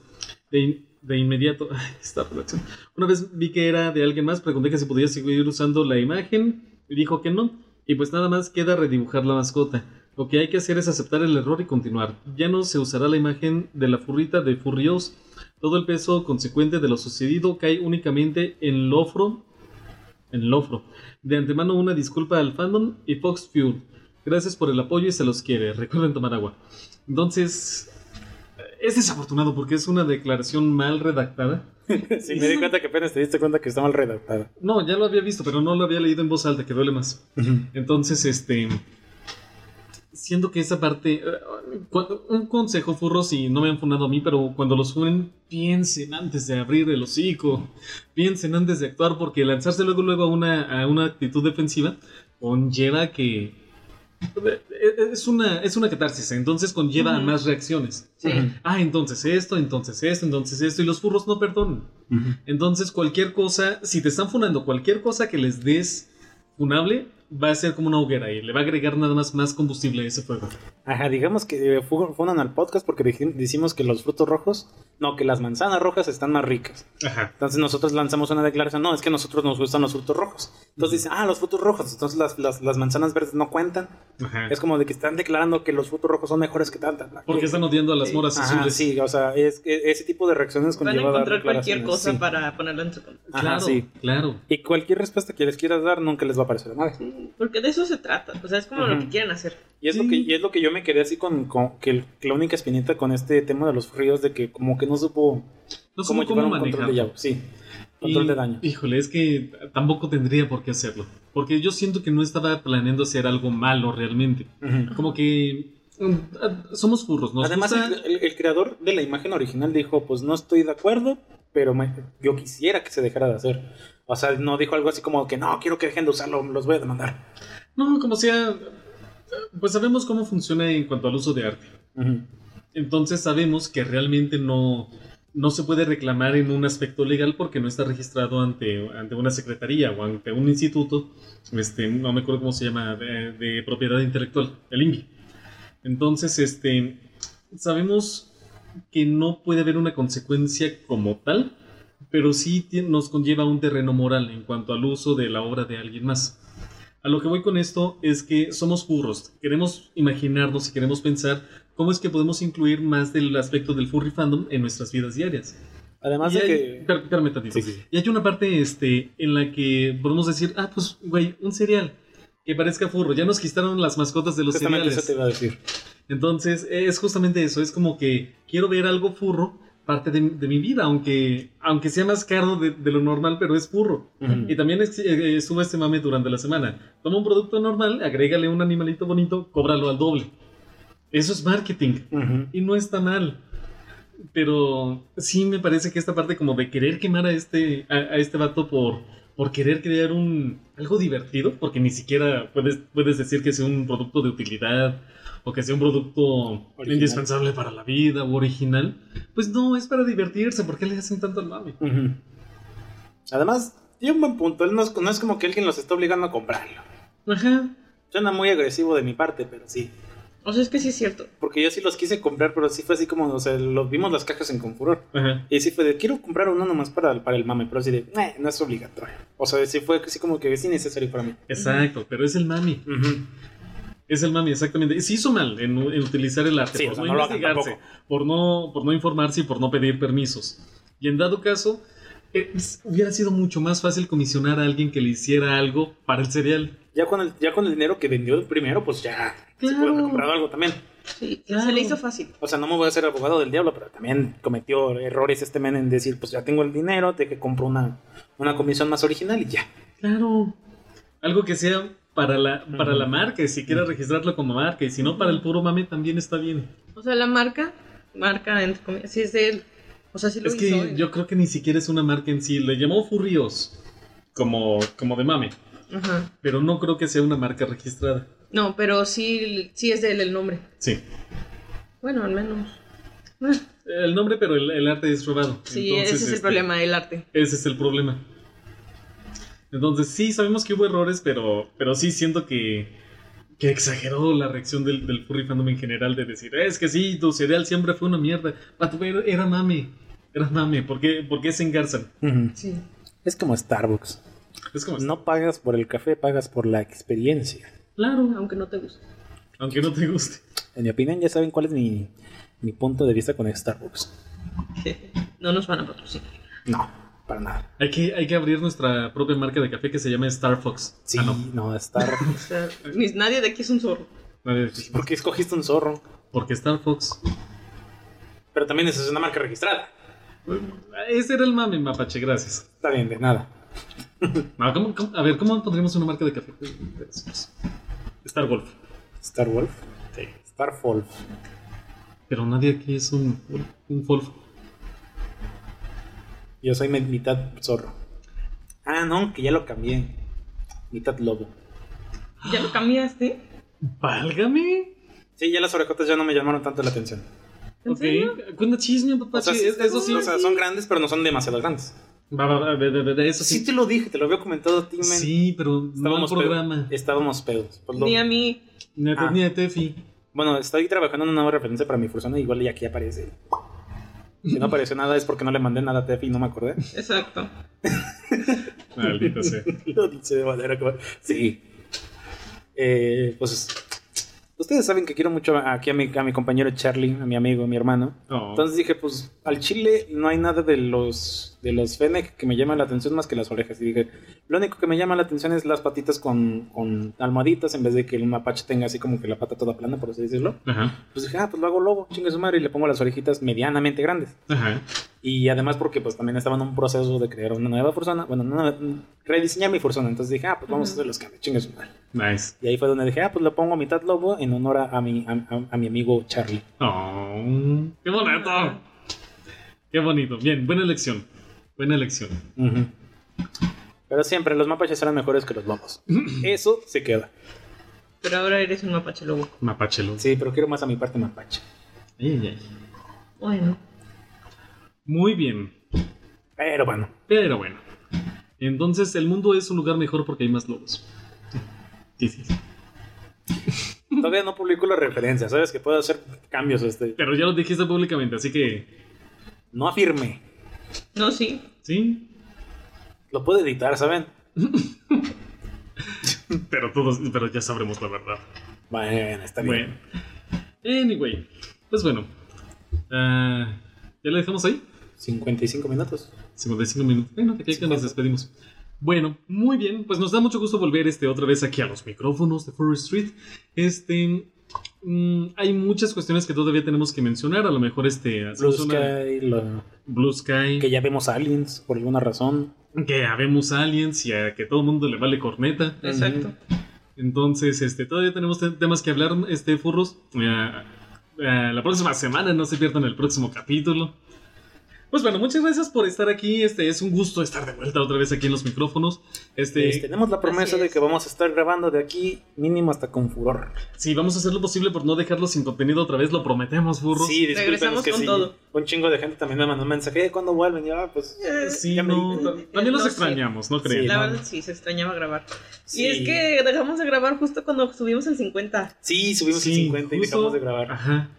Speaker 2: De, in- de inmediato, ay, esta producción. Una vez vi que era de alguien más, pregunté que si podía seguir usando la imagen y dijo que no. Y pues nada más queda redibujar la mascota. Lo que hay que hacer es aceptar el error y continuar. Ya no se usará la imagen de la furrita de Furrios. Todo el peso consecuente de lo sucedido cae únicamente en Lofro. En Lofro. De antemano una disculpa al fandom y Fox Fuel. Gracias por el apoyo y se los quiere. Recuerden tomar agua. Entonces, es desafortunado porque es una declaración mal redactada.
Speaker 1: Sí, me di cuenta que apenas te diste cuenta que está mal redactada.
Speaker 2: No, ya lo había visto, pero no lo había leído en voz alta, que duele más. Entonces, este. Siento que esa parte. eh, cuando- un consejo, furro, si no me han fundado a mí, pero cuando los funen, piensen antes de abrir el hocico. Piensen antes de actuar, porque lanzarse luego, luego a una, a una actitud defensiva conlleva que. eh, Es una, es una catarsis, entonces conlleva a
Speaker 3: Ujú.
Speaker 2: más reacciones.
Speaker 3: Sí.
Speaker 2: Ah, entonces esto, entonces esto, entonces esto, y los furros no perdonan. Entonces, cualquier cosa, si te están funando, cualquier cosa que les des funable, va a ser como una hoguera y le va a agregar nada más más combustible a ese fuego.
Speaker 1: Ajá, digamos que eh, fu- funan al podcast porque dij- decimos que los frutos rojos, no, que las manzanas rojas están más ricas.
Speaker 2: Ajá.
Speaker 1: Entonces nosotros lanzamos una declaración, no, es que a nosotros nos gustan los frutos rojos. Entonces dicen, ah, los frutos rojos, entonces las, las, las manzanas verdes no cuentan.
Speaker 2: Ajá.
Speaker 1: Es como de que están declarando que los frutos rojos son mejores que tantas.
Speaker 2: Porque están odiando a las moras
Speaker 1: Ajá,
Speaker 2: azules.
Speaker 1: sí, o sea, es, e- ese tipo de reacciones
Speaker 3: Van a
Speaker 1: conlleva dar
Speaker 3: encontrar cualquier
Speaker 1: declaraciones,
Speaker 3: cosa
Speaker 1: sí.
Speaker 3: para ponerla en su contra.
Speaker 1: Ajá,
Speaker 2: Claro,
Speaker 1: sí.
Speaker 2: claro.
Speaker 1: Y cualquier respuesta que les quieras dar nunca les va a parecer a nadie.
Speaker 3: Porque de eso se trata. O sea, es como lo
Speaker 1: Ujú.
Speaker 3: que quieren hacer.
Speaker 1: Y es, lo
Speaker 2: Sí.
Speaker 1: que, y es lo que yo me quedé así con, con- que el- la única espinita con este tema de los fríos de que como que no supo
Speaker 2: No sé
Speaker 1: cómo
Speaker 2: cómo,
Speaker 1: llevar un control
Speaker 2: manejar.
Speaker 1: de llave. Sí, control
Speaker 2: Y,
Speaker 1: de daño.
Speaker 2: Híjole, es que tampoco tendría por qué hacerlo. Porque yo siento que no estaba planeando hacer algo malo realmente.
Speaker 1: Ujú.
Speaker 2: Como que mm, ah, somos furros, ¿no?
Speaker 1: Además, el, el- el creador de la imagen original dijo, pues no estoy de acuerdo, pero me- yo quisiera que se dejara de hacer. O sea, no dijo algo así como que no, quiero que dejen de usarlo, los voy a demandar.
Speaker 2: No, como sea, pues sabemos cómo funciona en cuanto al uso de arte.
Speaker 1: Ujú.
Speaker 2: Entonces sabemos que realmente no, no se puede reclamar en un aspecto legal porque no está registrado ante, ante una secretaría o ante un instituto, este, no me acuerdo cómo se llama, de, de propiedad intelectual, el INVI. Entonces, este, sabemos que no puede haber una consecuencia como tal, pero sí tie- nos conlleva un terreno moral en cuanto al uso de la obra de alguien más. A lo que voy con esto es que somos furros, queremos imaginarnos y queremos pensar ¿Cómo es que podemos incluir más del aspecto del furry fandom en nuestras vidas diarias?
Speaker 1: Además
Speaker 2: Y
Speaker 1: de
Speaker 2: hay-
Speaker 1: que...
Speaker 2: espérame- espérame tantito.
Speaker 1: Sí, sí, sí.
Speaker 2: Y hay una parte este, en la que podemos decir, ah, pues, güey, un cereal que parezca furro. Ya nos quitaron las mascotas de los
Speaker 1: Justamente eso
Speaker 2: cereales.
Speaker 1: te iba a decir.
Speaker 2: Entonces, es justamente eso. Es como que quiero ver algo furro parte de, de mi vida, aunque, aunque sea más caro de, de lo normal, pero es furro.
Speaker 1: Ujú.
Speaker 2: Y también es- eh, eh, sube este mame durante la semana. Toma un producto normal, agrégale un animalito bonito, cóbralo al doble. Eso es marketing.
Speaker 1: Ujú.
Speaker 2: Y no está mal. Pero sí me parece que esta parte como de querer quemar a este, a, a este vato por, por querer crear un algo divertido, porque ni siquiera puedes, puedes decir que sea un producto de utilidad o que sea un producto
Speaker 1: Original.
Speaker 2: indispensable para la vida o original. Pues no, es para divertirse, ¿por qué le hacen tanto al mame?
Speaker 1: Ujú. Además, tiene un buen punto. Él no, es, no es como que alguien los está obligando a comprarlo.
Speaker 2: Ajá.
Speaker 1: Suena muy agresivo de mi parte, pero sí.
Speaker 3: O sea, es que sí es cierto.
Speaker 1: Porque yo sí los quise comprar, pero sí fue así como, o sea, los vimos las cajas en Confuror.
Speaker 2: Ajá.
Speaker 1: Y sí fue de, quiero comprar uno nomás para, para el mame, pero así de, "Nah, no es obligatorio. O sea, sí fue así como que es innecesario para mí.
Speaker 2: Exacto, pero es el mami. Es el mami, exactamente. Y se hizo mal en, en utilizar el arte
Speaker 1: Sí,
Speaker 2: por
Speaker 1: o sea,
Speaker 2: no,
Speaker 1: no lo hagan
Speaker 2: investigarse, por no, por no informarse y por no pedir permisos. Y en dado caso, eh, s- hubiera sido mucho más fácil comisionar a alguien que le hiciera algo para el cereal.
Speaker 1: Ya con, el, ya con el dinero que vendió el primero, pues ya se
Speaker 2: Claro.
Speaker 1: puede haber comprado algo también.
Speaker 3: Sí,
Speaker 2: Claro.
Speaker 3: se le hizo fácil.
Speaker 1: O sea, no me voy a hacer abogado del diablo, pero también cometió errores este men en decir, pues ya tengo el dinero, de que compro una, una comisión más original y ya.
Speaker 2: Claro. Algo que sea para la, para
Speaker 1: Ujú.
Speaker 2: la marca, y si quieres registrarlo como marca, y si no, para el puro mame también está bien.
Speaker 3: O sea, la marca, marca entre comillas, sí es de él. O sea, sí lo
Speaker 2: Es
Speaker 3: hizo. ¿eh?
Speaker 2: que
Speaker 3: él.
Speaker 2: yo creo que ni siquiera es una marca en sí. Le llamó Furrios como, como de mame,
Speaker 3: Ajá.
Speaker 2: pero no creo que sea una marca registrada.
Speaker 3: No, pero sí, sí es de él el nombre.
Speaker 2: Sí.
Speaker 3: Bueno, al menos. Bueno,
Speaker 2: El nombre, pero el, el arte es robado.
Speaker 3: sí,
Speaker 2: Entonces,
Speaker 3: ese es el
Speaker 2: este,
Speaker 3: problema del arte.
Speaker 2: Ese es el problema. Entonces, sí, sabemos que hubo errores, pero, pero sí siento que, que exageró la reacción del, del furry fandom en general de decir, es que sí, tu cereal siempre fue una mierda. Vato, pero era mame. Era mame. ¿Por qué, por qué se engarzan?
Speaker 3: Sí.
Speaker 1: Es como Starbucks.
Speaker 2: Es como,
Speaker 1: No pagas por el café, pagas por la experiencia.
Speaker 2: claro,
Speaker 3: Aunque no te guste.
Speaker 2: aunque no te guste.
Speaker 1: En mi opinión, ya saben cuál es mi, mi punto de vista con Starbucks.
Speaker 3: No nos van a patrocinar.
Speaker 1: No, para nada.
Speaker 2: Hay que, hay que abrir nuestra propia marca de café que se llama Star Fox.
Speaker 1: Sí,
Speaker 2: Ah,
Speaker 1: no.
Speaker 2: no.
Speaker 3: O
Speaker 1: Starbucks.
Speaker 3: sea, ni- nadie de aquí es un zorro.
Speaker 2: Nadie-
Speaker 1: ¿Por qué escogiste un zorro?
Speaker 2: Porque Star Fox.
Speaker 1: Pero también esa es una marca registrada.
Speaker 2: Ese era el mame, mapache, gracias.
Speaker 1: Está bien, de nada.
Speaker 2: No, Ah, ¿cómo- cómo- a ver, ¿cómo pondríamos una marca de café? Star Golf.
Speaker 1: Star Wolf. Sí. Star Wolf.
Speaker 2: Pero nadie aquí es un, un Wolf.
Speaker 1: Yo soy mi- mitad zorro. Ah, no, que ya lo cambié. Mitad lobo.
Speaker 3: ¿Ya lo cambiaste?
Speaker 2: ¡Válgame!
Speaker 1: Sí, ya las orejotas ya no me llamaron tanto la atención.
Speaker 3: ¿En
Speaker 2: Ok,
Speaker 3: serio?
Speaker 2: cuenta chisme, papá.
Speaker 1: O sea,
Speaker 2: Pues sí,
Speaker 1: sí-
Speaker 2: es- eso sí.
Speaker 1: o sea, son grandes, pero no son demasiado grandes.
Speaker 2: Va, va, va, de- de- de- eso
Speaker 1: Sí
Speaker 2: sí.
Speaker 1: te lo dije, te lo había comentado a ti, men.
Speaker 2: Sí, pero no al
Speaker 1: Estábamos
Speaker 2: programa.
Speaker 1: pedos. Estábamos pedos. Pues lo-
Speaker 3: Ni a mí.
Speaker 2: Ni a Ted
Speaker 1: Ah.
Speaker 2: ni a Tefi.
Speaker 1: Bueno, estoy trabajando en una nueva referencia para mi persona, igual y aquí aparece. Si no apareció nada es porque no le mandé nada a Tefi y no me acordé.
Speaker 3: Exacto.
Speaker 2: Maldita sea.
Speaker 1: Lo dice de manera como- Sí. Eh, pues Ustedes saben que quiero mucho a- aquí a mi, a mi compañero Charlie, a mi amigo, a mi hermano.
Speaker 2: No.
Speaker 1: Entonces dije, pues al chile no hay nada de los de los Fennec que me llama la atención más que las orejas. Y dije, lo único que me llama la atención es las patitas con, con almohaditas en vez de que el mapache tenga así como que la pata toda plana, por así decirlo.
Speaker 2: Ajá,
Speaker 1: Pues dije, ah, pues lo hago lobo, chingue su madre, y le pongo las orejitas medianamente grandes.
Speaker 2: ajá.
Speaker 1: Y además porque pues también estaba en un proceso de crear una nueva persona. Bueno, no, no, rediseñar mi persona. Entonces dije, ah, pues vamos a hacer los cambios, chingue su madre.
Speaker 2: Nice.
Speaker 1: Y ahí fue donde dije, ah, pues lo pongo a mitad lobo en honor a, a mi, a, a- a mi amigo Charlie.
Speaker 2: Oh, qué bonito. Qué bonito. Bien, buena elección. Buena elección.
Speaker 1: Ujú. Pero siempre los mapaches eran mejores que los lobos. Eso se queda.
Speaker 3: Pero ahora eres un mapache lobo.
Speaker 2: Mapache lobo.
Speaker 1: Sí, pero quiero más a mi parte mapache.
Speaker 2: Ay, ay, ay.
Speaker 3: Bueno.
Speaker 2: Muy bien.
Speaker 1: Pero bueno.
Speaker 2: Pero bueno. Entonces, el mundo es un lugar mejor porque hay más lobos. Sí, sí.
Speaker 1: Todavía no publico la referencia, ¿sabes? Que puedo hacer cambios. este
Speaker 2: Pero ya lo dijiste públicamente, así que.
Speaker 1: No afirme.
Speaker 3: No, sí.
Speaker 2: Sí.
Speaker 1: Lo puedo editar, ¿saben?
Speaker 2: Pero todos, pero ya sabremos la verdad.
Speaker 1: Bueno, está bien.
Speaker 2: Bueno. Anyway. Pues bueno. Ah, ¿Ya la dejamos ahí?
Speaker 1: 55 minutos.
Speaker 2: 55 minutos. Bueno, que aquí que nos despedimos. Bueno, muy bien, pues nos da mucho gusto volver este, otra vez aquí a los micrófonos de Forest Street. Este, mm, hay muchas cuestiones que todavía tenemos que mencionar. A lo mejor este,
Speaker 1: Blue
Speaker 2: hacemos una-
Speaker 1: Sky, lo-
Speaker 2: Blue Sky,
Speaker 1: que ya vemos aliens por alguna razón.
Speaker 2: que habemos aliens y a que todo el mundo le vale corneta.
Speaker 3: Exacto.
Speaker 2: Entonces, este, todavía tenemos te- temas que hablar, este, furros. Ah, ah, la próxima semana, no se pierdan el próximo capítulo. Pues bueno, muchas gracias por estar aquí. Este, es un gusto estar de vuelta otra vez aquí en los micrófonos. Este,
Speaker 1: Pues, tenemos la promesa
Speaker 3: Así
Speaker 1: de
Speaker 3: es.
Speaker 1: que vamos a estar grabando de aquí mínimo hasta con furor.
Speaker 2: sí, vamos a hacer lo posible por no dejarlo sin contenido otra vez, lo prometemos, furros.
Speaker 1: Sí, disculpen,
Speaker 3: Regresamos
Speaker 1: es que
Speaker 3: con
Speaker 1: sí,
Speaker 3: todo.
Speaker 1: Un chingo de gente también me mandó un mensaje. "Eh, ¿Cuándo vuelven? Y yo, ah, pues.
Speaker 2: Eh, Sí,
Speaker 1: ya me
Speaker 2: no,
Speaker 1: dijo.
Speaker 2: también los
Speaker 3: No sé.
Speaker 2: extrañamos, no creo.
Speaker 1: Sí,
Speaker 3: La
Speaker 1: no.
Speaker 3: verdad sí, se extrañaba grabar.
Speaker 1: sí.
Speaker 3: Y es que dejamos de grabar justo cuando subimos el 50.
Speaker 1: Sí, subimos
Speaker 2: Sí,
Speaker 1: el 50 y
Speaker 2: justo-
Speaker 1: dejamos de grabar.
Speaker 2: Ajá.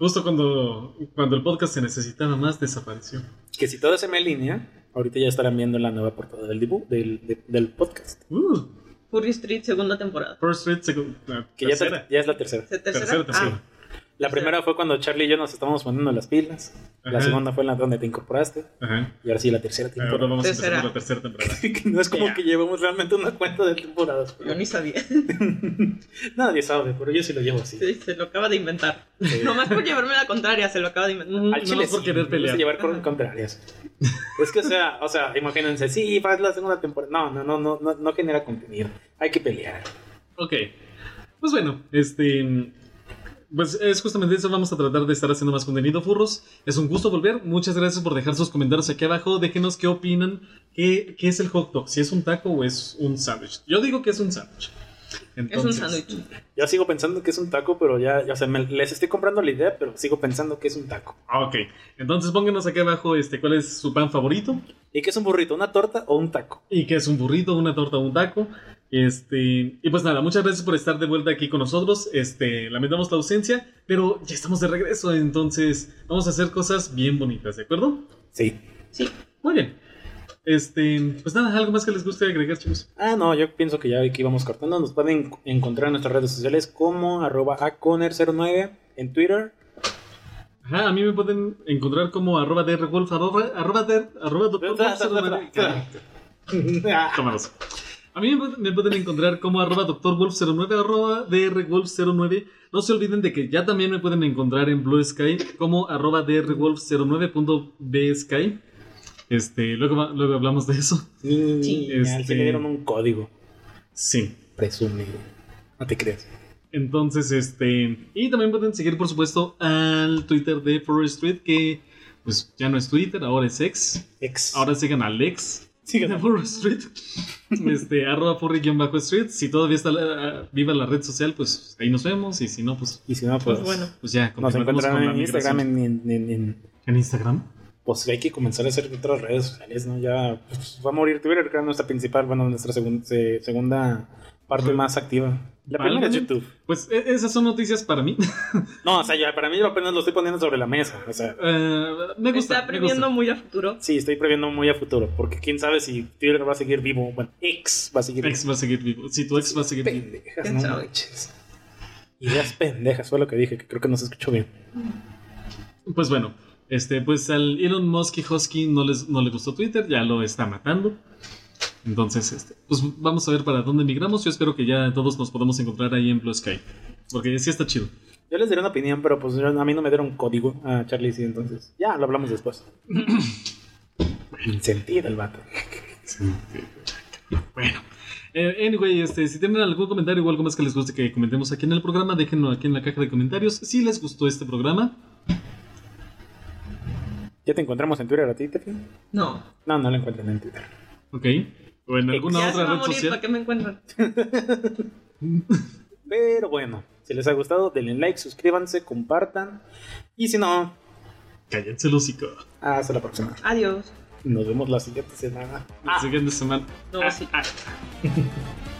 Speaker 2: Justo cuando, cuando el podcast se necesitaba más, desapareció.
Speaker 1: Que si todo se me alinea, ahorita ya estarán viendo la nueva portada del, dibu- del, de- del podcast.
Speaker 2: Uh,
Speaker 3: Furry Street, segunda temporada.
Speaker 2: First Street, second, ah,
Speaker 1: Que ya,
Speaker 2: tercera.
Speaker 1: ter- ya es la tercera.
Speaker 3: ¿Se- ¿Tercera?
Speaker 2: Tercera, tercera.
Speaker 3: Ah,
Speaker 1: La primera fue cuando Charlie y yo nos estábamos poniendo las pilas. La
Speaker 2: Ajá.
Speaker 1: segunda fue la donde te incorporaste.
Speaker 2: Ajá.
Speaker 1: Y ahora sí, la tercera
Speaker 2: Ahora
Speaker 1: temporada.
Speaker 2: vamos
Speaker 3: Tercera.
Speaker 2: a empezar con la tercera temporada.
Speaker 1: Que no es como que llevamos realmente una cuenta de temporadas.
Speaker 3: yo ni sabía.
Speaker 1: Nadie sabe, pero yo sí lo llevo así.
Speaker 3: Sí, se lo acaba de inventar.
Speaker 1: Sí.
Speaker 3: Nomás por llevarme la contraria, se lo acaba de inventar.
Speaker 1: Al chile
Speaker 2: no, por
Speaker 1: sí,
Speaker 2: querer
Speaker 1: me gusta
Speaker 2: pelear.
Speaker 1: llevar con contrarias. es que, o sea, o sea, imagínense, sí, va la segunda temporada. No, no, no, no, no, no genera contenido. Hay que pelear.
Speaker 2: Ok. Pues bueno, este. Pues es justamente eso, vamos a tratar de estar haciendo más contenido, furros. Es un gusto volver, muchas gracias por dejar sus comentarios aquí abajo, déjenos qué opinan, qué, qué es el hot dog, si es un taco o es un sándwich. Yo digo que es un sándwich.
Speaker 3: Es un
Speaker 2: Entonces,
Speaker 3: sándwich.
Speaker 1: Yo sigo pensando que es un taco, pero ya, ya o sea, me- les estoy comprando la idea, pero sigo pensando que es un taco.
Speaker 2: ah, Ok, entonces pónganos aquí abajo este, cuál es su pan favorito
Speaker 1: ¿Y qué es un burrito? ¿Una torta o un taco?
Speaker 2: y qué es un burrito, una torta o un taco. Este, y pues nada, muchas gracias por estar de vuelta aquí con nosotros. Este, lamentamos la ausencia, pero ya estamos de regreso, entonces vamos a hacer cosas bien bonitas, ¿de acuerdo?
Speaker 1: Sí.
Speaker 3: Sí.
Speaker 2: Muy bien. Este, pues nada, algo más que les guste agregar, chicos.
Speaker 1: Ah, no, yo pienso que ya aquí vamos cortando. Nos pueden encontrar en nuestras redes sociales como arroba aconer09 en Twitter.
Speaker 2: Ajá, a mí me pueden encontrar como arroba drwolf, arroba, arroba, dr, arroba Dr. Wolf, arroba-
Speaker 1: Ah,
Speaker 2: Tómalos. A mí me pu- me pueden encontrar como arroba drwolf09, arroba drwolf09. No se olviden de que ya también me pueden encontrar en Blue Sky como arroba drwolf09.bsky. Este, luego, va- luego hablamos de eso.
Speaker 1: Sí,
Speaker 2: este-
Speaker 1: al fin le dieron un código,
Speaker 2: Sí.
Speaker 1: presumido. No te creas.
Speaker 2: Entonces, este. Y también pueden seguir, por supuesto, al Twitter de Forest Street, que pues ya no es Twitter, ahora es X.
Speaker 1: Ex.
Speaker 2: Ahora sigan al ex
Speaker 1: Sigan
Speaker 2: de
Speaker 1: a-
Speaker 2: Forest Street. Este, arroba forry-street. Si todavía está la- ah, viva la red social, pues ahí nos vemos. Y si no, pues,
Speaker 1: Y si no, pues,
Speaker 3: Pues bueno.
Speaker 2: pues ya,
Speaker 1: nos
Speaker 2: continuaremos
Speaker 1: encontrarán
Speaker 2: con la
Speaker 1: en Instagram,
Speaker 2: migración.
Speaker 1: en, en- en- en-
Speaker 2: ¿En Instagram?
Speaker 1: Pues hay que comenzar a hacer otras redes sociales, ¿no? Ya pues, va a morir Twitter, que era nuestra principal, bueno, nuestra segun- se- segunda parte
Speaker 2: Ujú.
Speaker 1: más activa. La primera es
Speaker 2: Válgame.
Speaker 1: YouTube.
Speaker 2: Pues e- esas son noticias para mí.
Speaker 1: No, o sea, ya, para mí yo apenas lo estoy poniendo sobre la mesa. O sea,
Speaker 2: Eh, me gusta.
Speaker 3: Está
Speaker 2: me gusta.
Speaker 3: aprendiendo muy a futuro.
Speaker 1: sí, estoy previendo muy a futuro, porque quién sabe si Twitter va a seguir vivo. Bueno, ex va a seguir
Speaker 2: Ex va a seguir vivo. Si tu ex va a seguir vivo.
Speaker 1: Pendejas,
Speaker 3: ¿Quién
Speaker 1: no
Speaker 3: sabe?
Speaker 1: manches. Ideas pendejas, fue lo que dije, que creo que no se escuchó bien.
Speaker 2: Pues bueno, este, pues al Elon Musk y Hosky no les, no le gustó Twitter, ya lo está matando. Entonces, este, pues vamos a ver para dónde migramos. Yo espero que ya todos nos podamos encontrar ahí en Blue Sky. Porque sí está chido.
Speaker 1: Yo les diré una opinión, pero pues yo- a mí no me dieron código a Charlie, sí, entonces. Ya, lo hablamos después. Sin sentido el vato.
Speaker 2: Bueno. Eh, anyway, este, si tienen algún comentario o algo más que les guste que comentemos aquí en el programa, déjenlo aquí en la caja de comentarios. Si les gustó este programa,
Speaker 1: ¿Ya te encontramos en Twitter a ti, Tefi?
Speaker 3: No.
Speaker 1: No, no lo encuentran en Twitter.
Speaker 2: ok. O en alguna
Speaker 3: Eh, Ya se
Speaker 2: otra
Speaker 3: va a
Speaker 2: red
Speaker 3: morir, ¿para
Speaker 2: social.
Speaker 3: qué me encuentran?
Speaker 1: Pero bueno, si les ha gustado, denle like, suscríbanse, compartan. Y si no,
Speaker 2: Cállense el hocico.
Speaker 1: hasta la próxima.
Speaker 3: Adiós. Ah.
Speaker 1: Nos vemos la siguiente semana.
Speaker 2: Ah. La siguiente semana.
Speaker 3: No, sí.
Speaker 2: ah.